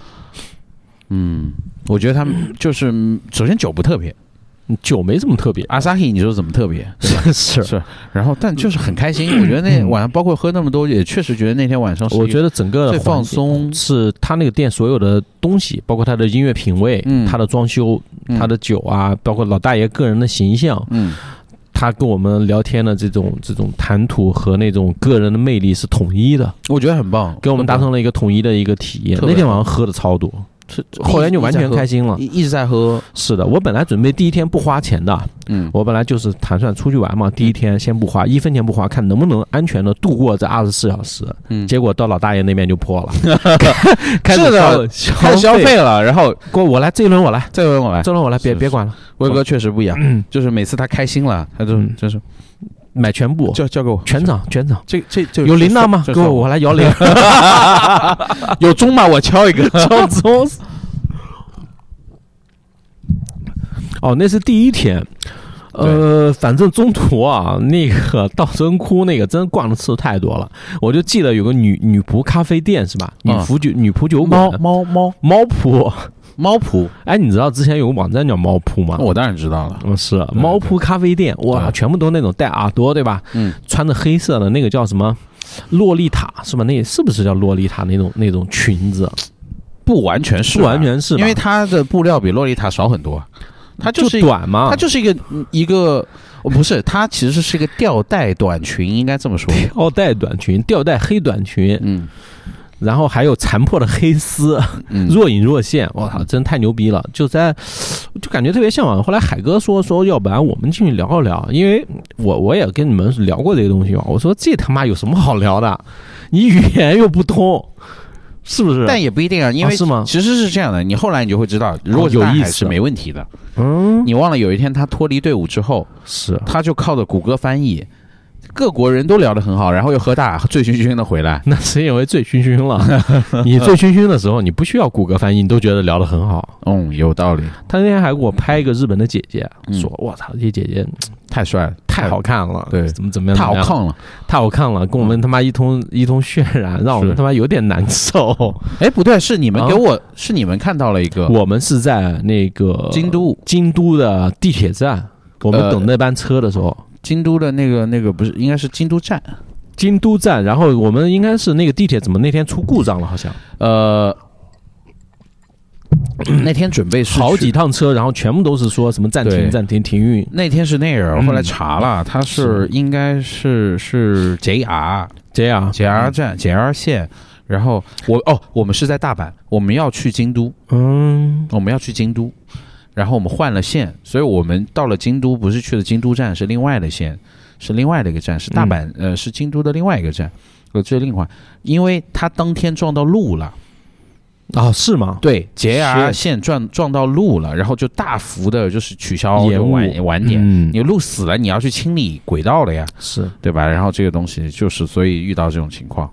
嗯，我觉得他们就是首先酒不特别，酒没什么特别， 阿萨希你说怎么特别？是是， 是，然后但就是很开心，我觉得那晚上包括喝那么多，也确实觉得那天晚上是嗯我一觉得整个个的最环放境松，是他那个店所有的东西，包括他的音乐品味、嗯他的装修、嗯他的酒啊，包括老大爷个人的形象，嗯，他跟我们聊天的这种这种谈吐和那种个人的魅力是统一的，我觉得很棒，给我们达成了一个统一的一个体验。特别那天晚上喝的超多，是后来就完全开心了。一一直在喝，是的，我本来准备第一天不花钱的， 嗯，我本来就是盘算出去玩嘛，第一天先不花，一分钱不花，看能不能安全的度过这二十四小时。嗯结果到老大爷那边就破了， 开是始的消开始消费费了，然后过我来，这一轮我来，再问 我来，这轮我来，是别是别管了，威哥确实不一样，就是每次他开心了，他就嗯就是买全部，叫叫给我全场全场。这这这有铃铛吗？这给我，我来摇铃。 有钟吗？我敲一 个。敲钟。 哦，那是第一 天。呃，反正中途啊，那个稻真窟那个真逛的次太多了，我就记得有个女女仆咖啡店是吧？女嗯仆酒、女仆酒馆猫猫猫猫仆。猫仆，哎，你知道之前有个网站叫猫仆吗？我当然知道了。嗯，是哦对啊猫扑咖啡店，哇，对全部都那种戴耳朵对吧？嗯，穿着黑色的那个叫什么洛丽塔是吧？那是不是叫洛丽塔那种那种裙子？不完全是吧，不啊完全是吧因为它的布料比洛丽塔少很多，它就是一个，短啊嘛，它就是一个一个，哦不是，它其实是一个吊带短裙，应该这么说。吊带短裙、吊带黑短裙，嗯然后还有残破的黑丝，嗯，若隐若现。我操，真太牛逼了！就在，就感觉特别向往。后来海哥说说，要不然我们进去聊一聊，因为我我也跟你们聊过这个东西嘛。我说这他妈有什么好聊的？你语言又不通，是不是？但也不一定啊，因为啊是吗哦其实是这样的，你后来你就会知道，如果是有大意海思是没问题的。嗯，你忘了有一天他脱离队伍之后，是他就靠着谷歌翻译，各国人都聊得很好，然后又喝大，醉醺醺的回来。那是因为醉醺醺了。你醉醺醺的时候，你不需要谷歌翻译，你都觉得聊得很好。嗯，有道理，他那天还给我拍一个日本的姐姐，嗯说：“我操，这姐姐太帅了，太好看了，对怎么怎么样，太好怎么样，看了。太好看了，跟我们他妈一通一通渲染，让我们是他妈有点难受。哎，不对，是你们啊给我，是你们看到了一个我们是在那个京都，京都的地铁站，我们呃等那班车的时候，京都的那个那个不是，应该是京都站。京都站，然后呃我们应该是那个地铁怎么那天出故障了，好像呃，那天准备是好去几趟车，然后全部都是说什么暂对停、暂停、停运。那天是那样，嗯后来查了，它是是嗯应该是是 JR 这样， JR 站 JR 线，然后我哦，我们是在大阪，我们要去京都，嗯，我们要去京都，然后我们换了线，所以我们到了京都不是去的京都站，是另外的线，是另外的一个站，是嗯大阪、呃是京都的另外一个站，呃这另外，因为他当天撞到路了。啊，是吗？对，JR Shit 线撞撞到路了，然后就大幅的就是取消延就误晚晚点。嗯你路死了，你要去清理轨道了呀，是对吧？然后这个东西就是，所以遇到这种情况，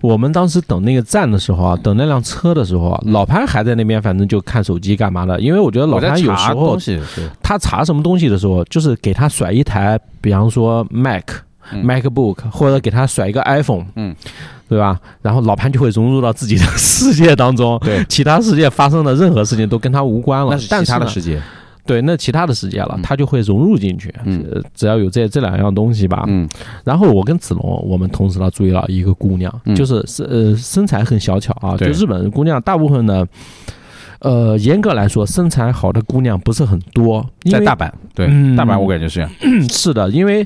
我们当时等那个站的时候啊，等那辆车的时候啊，老潘还在那边，反正就看手机干嘛的。因为我觉得老我在潘有查时东候西，对他查什么东西的时候，就是给他甩一台，比方说 Mac、嗯 MacBook，或者给他甩一个 iPhone，嗯，对吧？然后老潘就会融入到自己的世界当 中，对，其他世界发生的任何事情都跟他无关了那。是但其他的呢世界，对，那其他的世界了嗯，他就会融入进去。嗯呃只要有这这两样东西吧，嗯然后我跟子龙，我们同时呢注意到一个姑娘，嗯就是是呃身材很小巧啊，就对日本姑娘大部分呢，呃严格来说身材好的姑娘不是很多，因在为大阪，对，嗯大阪我感觉是这样，是的，因为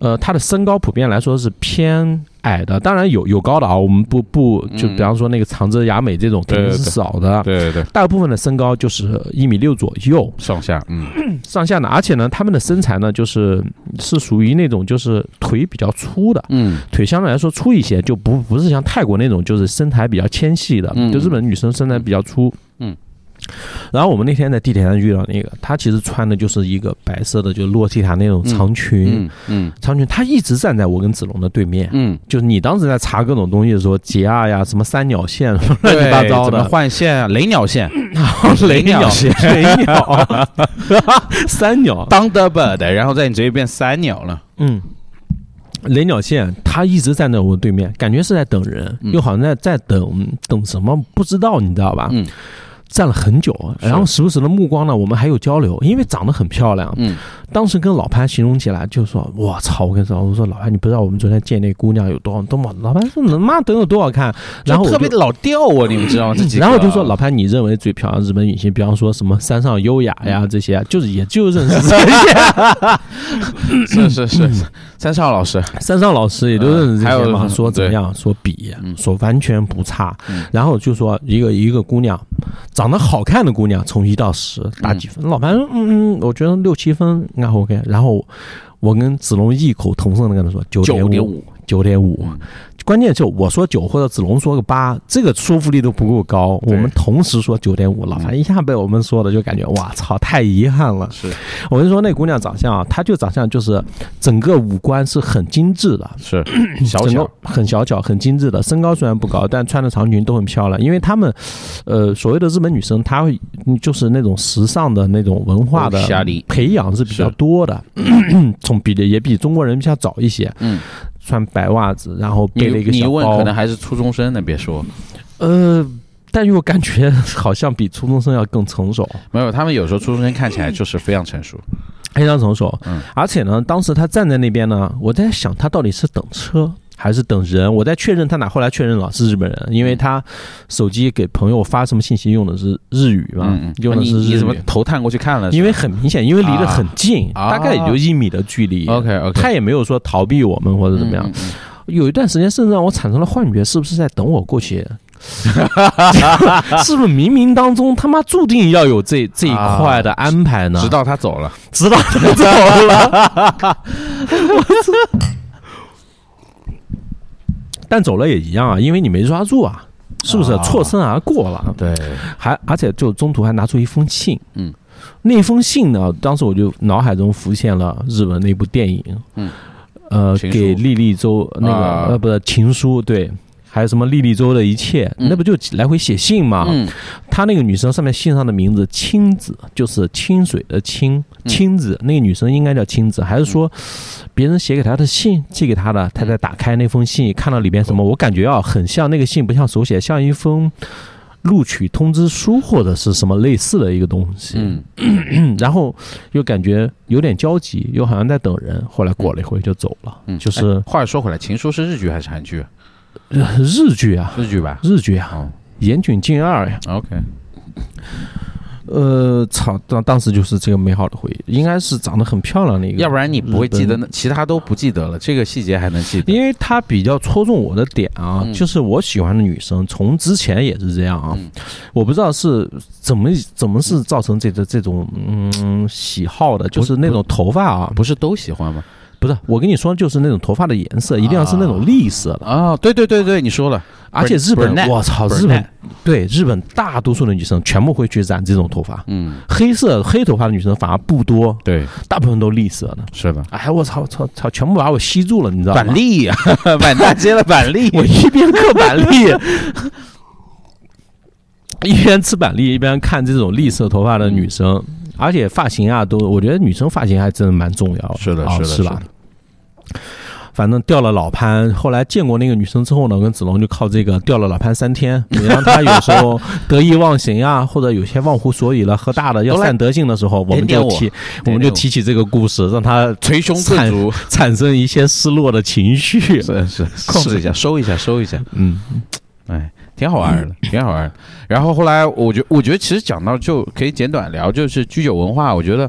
呃她的身高普遍来说是偏矮的，当然有有高的啊，我们不不就嗯比方说那个长泽雅美这种肯定对是对少的。对对对，大部分的身高就是一米六左右上下，嗯上下的，而且呢，她们的身材呢，就是是属于那种就是腿比较粗的，嗯腿相对来说粗一些，就不不是像泰国那种就是身材比较纤细的，嗯就日本女生身材比较粗。嗯。然后我们那天在地铁上遇到那个，她其实穿的就是一个白色的，就洛丽塔那种长裙，嗯嗯长裙。她一直站在我跟子龙的对面。嗯，就是你当时在查各种东西的时候，捷二呀，什么三鸟线，乱七八糟对怎么的，换 线啊，雷鸟线雷雷鸟线 雷鸟， 三鸟， ，Thunderbird，然后在你直接变三鸟了，嗯，雷鸟线，他一直站在我对面，感觉是在等人，嗯又好像在在等等什么，不知道，你知道吧？嗯站了很久，是然后时不时的目光呢，我们还有交流，因为长得很漂亮。嗯当时跟老潘形容起来，就说：“我操！”我跟你说，我说老潘，你不知道我们昨天见那姑娘有多多么。老潘说：“能妈等有多好看？”然后就我特别就。嗯老调啊，你们知道吗？这几个然后我就说老潘，你认为最漂亮的日本女性，比方说什么山上优雅呀这嗯些，啊就是也就认识这 些。是嗯是是，是三少老师，山上老师也就认识这些嘛，嗯说怎么样，说比嗯，说完全不差嗯。然后就说一个一个姑娘，长得好看的姑娘，从一到十打几分？老潘说，嗯，嗯我觉得六七分应该 OK。然后我跟子龙异口同声的跟他说九九点点五，五，九点五嗯。关键就我说九或者子龙说个八，这个说服力都不够高。对嗯我们同时说九点五，老潘一下被我们说的就感觉哇操，太遗憾了。是我跟你说，那姑娘长相啊，她就长相就是整个五官是很精致的。是小整小个，很小巧、很精致的，身高虽然不高，但穿的长裙都很漂亮。因为她们，呃，所谓的日本女生，她会嗯就是那种时尚的那种文化的哦下里培养是比较多的，从比的也比中国人比较早一些。嗯，穿白袜子，然后你背了一个你一小问包，可能还是初中生呢，别说呃，但又感觉 好像比初中生要更成熟。没有，他们有时候初中生看起来就是非常成熟，嗯非常成熟。嗯而且呢，当时他站在那边呢，我在想他到底是等车还是等人？我在确认他哪，后来确认了是日本人，嗯因为他手机给朋友发什么信息用的是日语嘛，嗯，用的你是你日怎么语。头探过去看了？因为很明显，因为离得很近，啊大概也就一米的距离。 OK OK，他也没有说逃避我们或嗯者怎么样。有一段时间，甚至让我产生了幻觉，是不是在等我过 去？是不是冥冥当中他妈注定要有这这一啊块的安排呢？直到他走了，知道他走了。但走了也一样啊，因为你没抓住啊，是不是啊错身而过了？对，还而且就中途还拿出一封信，嗯，那封信呢，当时我就脑海中浮现了日本那部电影，嗯，呃，情书给莉莉周那个、啊呃不是情书对。还有什么莉莉周的一切，嗯那不就来回写信嘛？嗯她那个女生上面信上的名字青子，就是清水的清，嗯青子。那个女生应该叫青子，还是说别人写给她的信寄给她的？她在打开那封信，看到里边什么？我感觉啊，很像那个信，不像手写，像一封录取通知书或者是什么类似的一个东西。嗯，嗯然后又感觉有点焦急，又好像在等人。后来过了一会就走了，嗯就是话又说回来，《情书》是日剧还是韩剧？呃日剧啊，日剧吧。日剧啊，哦岩井俊二呀， ，OK，呃，操，当当时就是这个美好的回忆，应该是长得很漂亮的一个，要不然你不会记得日那，其他都不记得了，这个细节还能记得。因为他比较戳中我的点啊，嗯就是我喜欢的女生，从之前也是这样啊，嗯我不知道是怎么怎么是造成这个这种嗯喜好的，就是那种头发啊，不是都喜欢吗？不是我跟你说，就是那种头发的颜色一定要是那种栗色的，啊，对对对对，你说了，而且日本啊 brunette，，我操， brunette 日本对日本大多数的女生全部会去染这种头发，嗯，黑色黑头发的女生反而不多，对，大部分都栗色的。是的，哎，我操操操，全部把我吸住了，你知道吗？板栗呀， 满大街的板栗， 我一边嗑板栗，一边吃板栗，一边看这种栗色头发的女嗯生，而且发型啊，都我觉得女生发型还真的蛮重要是的啊是的是吧是？反正掉了老潘，后来见过那个女生之后呢，我跟子龙就靠这个掉了老潘三天，也让他有时 候得意忘形啊，或者有些忘乎所以了，喝大了要都来散德性的时候，我们点就点我提，我们就提起这个故事，让他捶胸顿足，产生一些失落的情绪。是是，控制试一下，收一下，收一下，嗯，哎，挺好玩儿的，挺好玩儿的。然后后来，我觉我觉得其实讲到就可以简短聊，就是居酒文化，我觉得。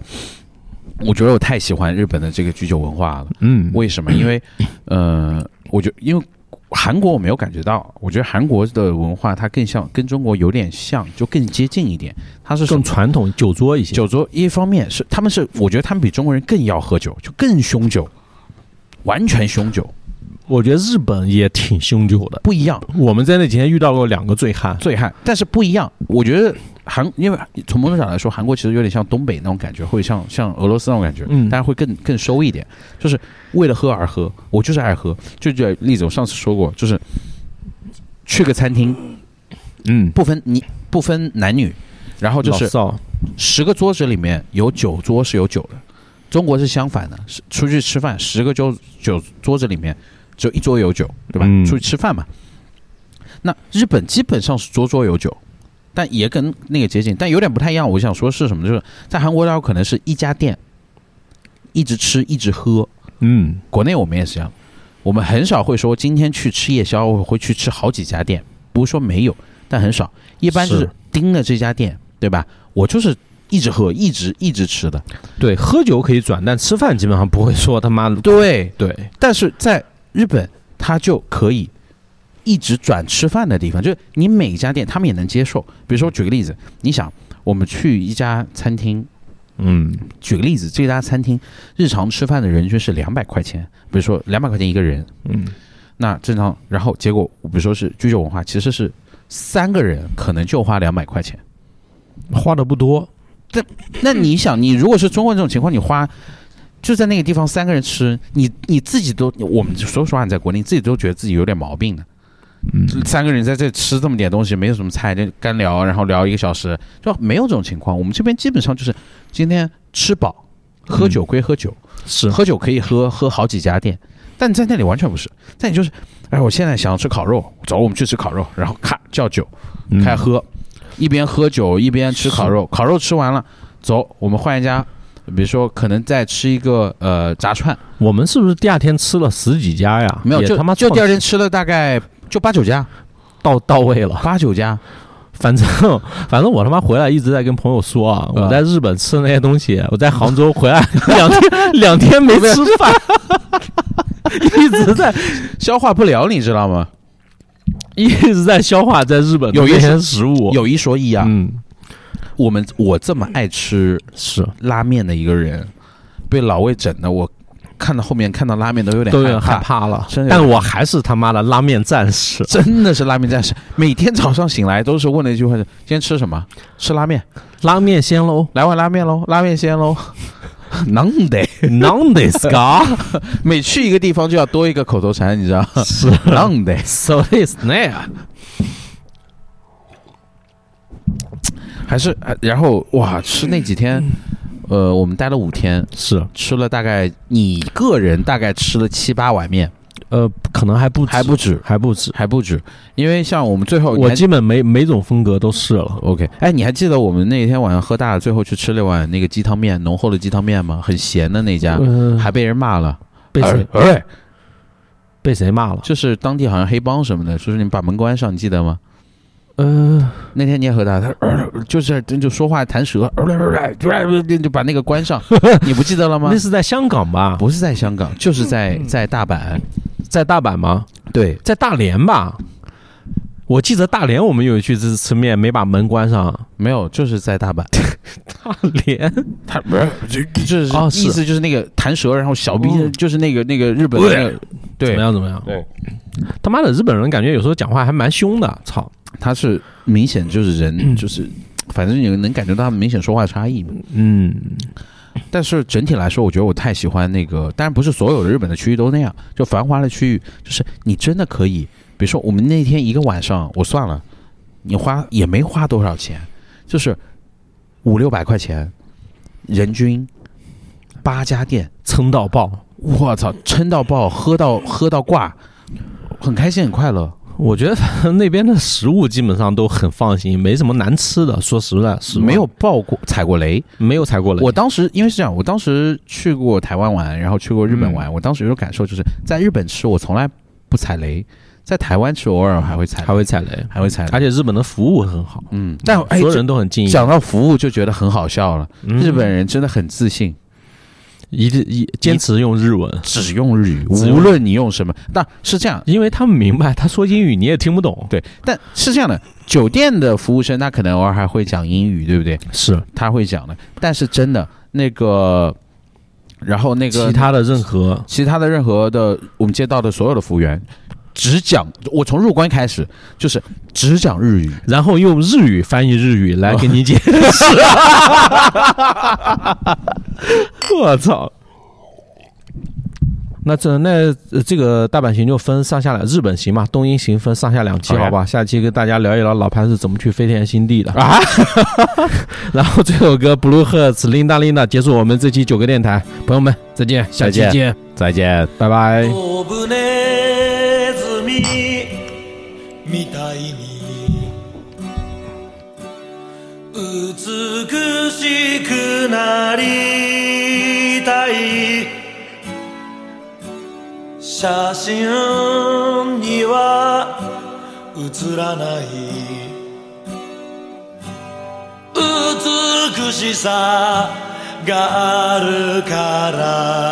我觉得我太喜欢日本的这个居酒文化了，嗯，为什么？因为，呃，我觉得因为韩国我没有感觉到，我觉得韩国的文化它更像跟中国有点像，就更接近一点。它是什更么传统酒桌一些。酒桌一方面是他们是，我觉得他们比中国人更要喝酒，就更凶酒，完全凶酒，我觉得日本也挺凶酒的。不一样。我们在那几天遇到过两个醉汉，醉汉，但是不一样。我觉得韩，因为从某种角度来说，韩国其实有点像东北那种感觉，会像像俄罗斯那种感觉，嗯但是会更更收一点，就是为了喝而喝。我就是爱喝，就就例子，我上次说过，就是去个餐厅，嗯，不分你不分男女，然后就是老少十个桌子里面有九桌是有酒的，中国是相反的，是出去吃饭十个桌九桌子里面只有一桌有酒，对吧？嗯出去吃饭嘛。那日本基本上是桌桌有酒，但也跟那个接近，但有点不太一样。我想说是什么？就是在韩国，它有可能是一家店一直吃一直喝，嗯，国内我们也是这样，我们很少会说今天去吃夜宵，我会去吃好几家店，不是说没有，但很少，一般就是是盯着这家店，对吧？我就是一直喝，一直一直吃的，对，喝酒可以转，但吃饭基本上不会说他妈的。对。对，但是在日本，它就可以一直转吃饭的地方，就是你每一家店他们也能接受。比如说，举个例子，你想我们去一家餐厅，嗯举个例子，这家餐厅日常吃饭的人均是两百块钱，比如说两百块钱一个人，嗯，那正常，然后结果比如说是居酒文化，其实是三个人可能就花两百块钱。花的不多，那你想，你如果是中国这种情况，你花就在那个地方三个人吃，你你自己都，我们说实话，你在国内自己都觉得自己有点毛病的。嗯三个人在这吃这么点东西，没有什么菜，就干聊，然后聊一个小时，就没有这种情况。我们这边基本上就是今天吃饱，喝嗯酒归喝酒，是喝酒可以喝喝好几家店，但在那里完全不是。但你就是，哎，我现在想吃烤肉，走，我们去吃烤肉，然后咔叫酒开喝，一边喝酒一边吃烤肉，烤肉吃完了，走，我们换一家，比如说可能再吃一个呃炸串，我们是不是第二天吃了十几家呀？没有也就他妈就创第二天吃了大概就八九家，到到位了。八九家，反正反正我他妈回来一直在跟朋友说啊，嗯我在日本吃的那些东 西，我在杭州回来两天两天没吃 饭，一直在消化不了，你知道吗？一直在消化在日本的有一那些些食物。有一说一啊，嗯，我们我这么爱吃是拉面的一个人，被老魏整的我。看到后面看到拉面都有点都有点害害怕了真，有但点我还是他妈的拉面战士。真的是拉面战士，每天早上醒来都是问了一句话：是今天吃什么？吃拉面，拉面先喽来碗拉面喽，拉面先 喽。能得， ，non this ga，每去一个地方就要多一个口头禅，你知道？ 是能得。 so this 那样。还是呃然后哇，吃那几天，嗯呃，我们待了五天，是，吃了大概你个人大概吃了七八碗面，呃，可能还不止还不止，还不止，还不止，因为像我们最后你我还基本每每种风格都试了。 OK，哎，你还记得我们那天晚上喝大了，最后去吃了碗那个鸡汤面，浓厚的鸡汤面吗？很咸的那家，嗯，还被人骂了。被谁哎哎被谁骂了？就是当地好像黑帮什么的，就是你把门关上，你记得吗？呃，那天你也喝大，他说、 呃就是就说话弹舌，呃呃呃就把那个关 上，你不记得了吗那？是在香港吧？不是在香港，就是在在大阪。在大阪吗？对，在大连吧？我记得大连我们有一去吃吃面，没把门关上。没有，就是在大阪。大 连，他不是就就是哦是意思就是那个弹舌，然后小逼哦就是那个那个日本的那个怎对么，样？怎么样？对，他妈的，日本人感觉有时候讲话还蛮凶的，操！他是明显就是人就是。反正你能感觉到他们明显说话差异嘛，嗯，但是整体来说，我觉得我太喜欢那个，当然不是所有的日本的区域都那样，就繁华的区域，就是你真的可以，比如说我们那天一个晚上，我算了，你花也没花多少钱，就是五六百块钱，人均八家店，撑到爆。我操，撑到爆，喝到喝到挂，很开心，很快乐。我觉得反 正那边的食物基本上都很放心，没什么难吃的。说实在，是没有爆过踩过雷。没有踩过雷。我当时因为是这样，我当时去过台湾玩，然后去过日本嗯玩，我当时有种感受就是在日本吃我从来不踩雷，在台湾吃偶尔还会踩，还会踩雷，还会踩雷。而且日本的服务很好，嗯，但哎所，有人都很敬这业。讲到服务就觉得很好笑了。嗯日本人真的很自信，一定一坚持用日文，只用日语，只用无论你用什么。但是这样，因为他们明白他说英语你也听不懂。对，但是这样的，酒店的服务生他可能偶尔还会讲英语，对不对？是他会讲的。但是真的那个，然后那个其他的任何其他的任何的我们接到的所有的服务员，只讲我从入关开始就是只讲日语，然后用日语翻译日语来给你解释。 我操！那这那呃这个大阪行就分上下两，日本行嘛，东英行分上下两期， OK 好吧？下期跟大家聊一聊老潘是怎么去飞天新地的啊。 然后这首歌《Blue Hearts》Linda Linda 结束我们这期九个电台，朋友们再见，下期再见见，再见。拜拜。ドブネズミみたいに美しくなりたい写真には写らない美しさがあるから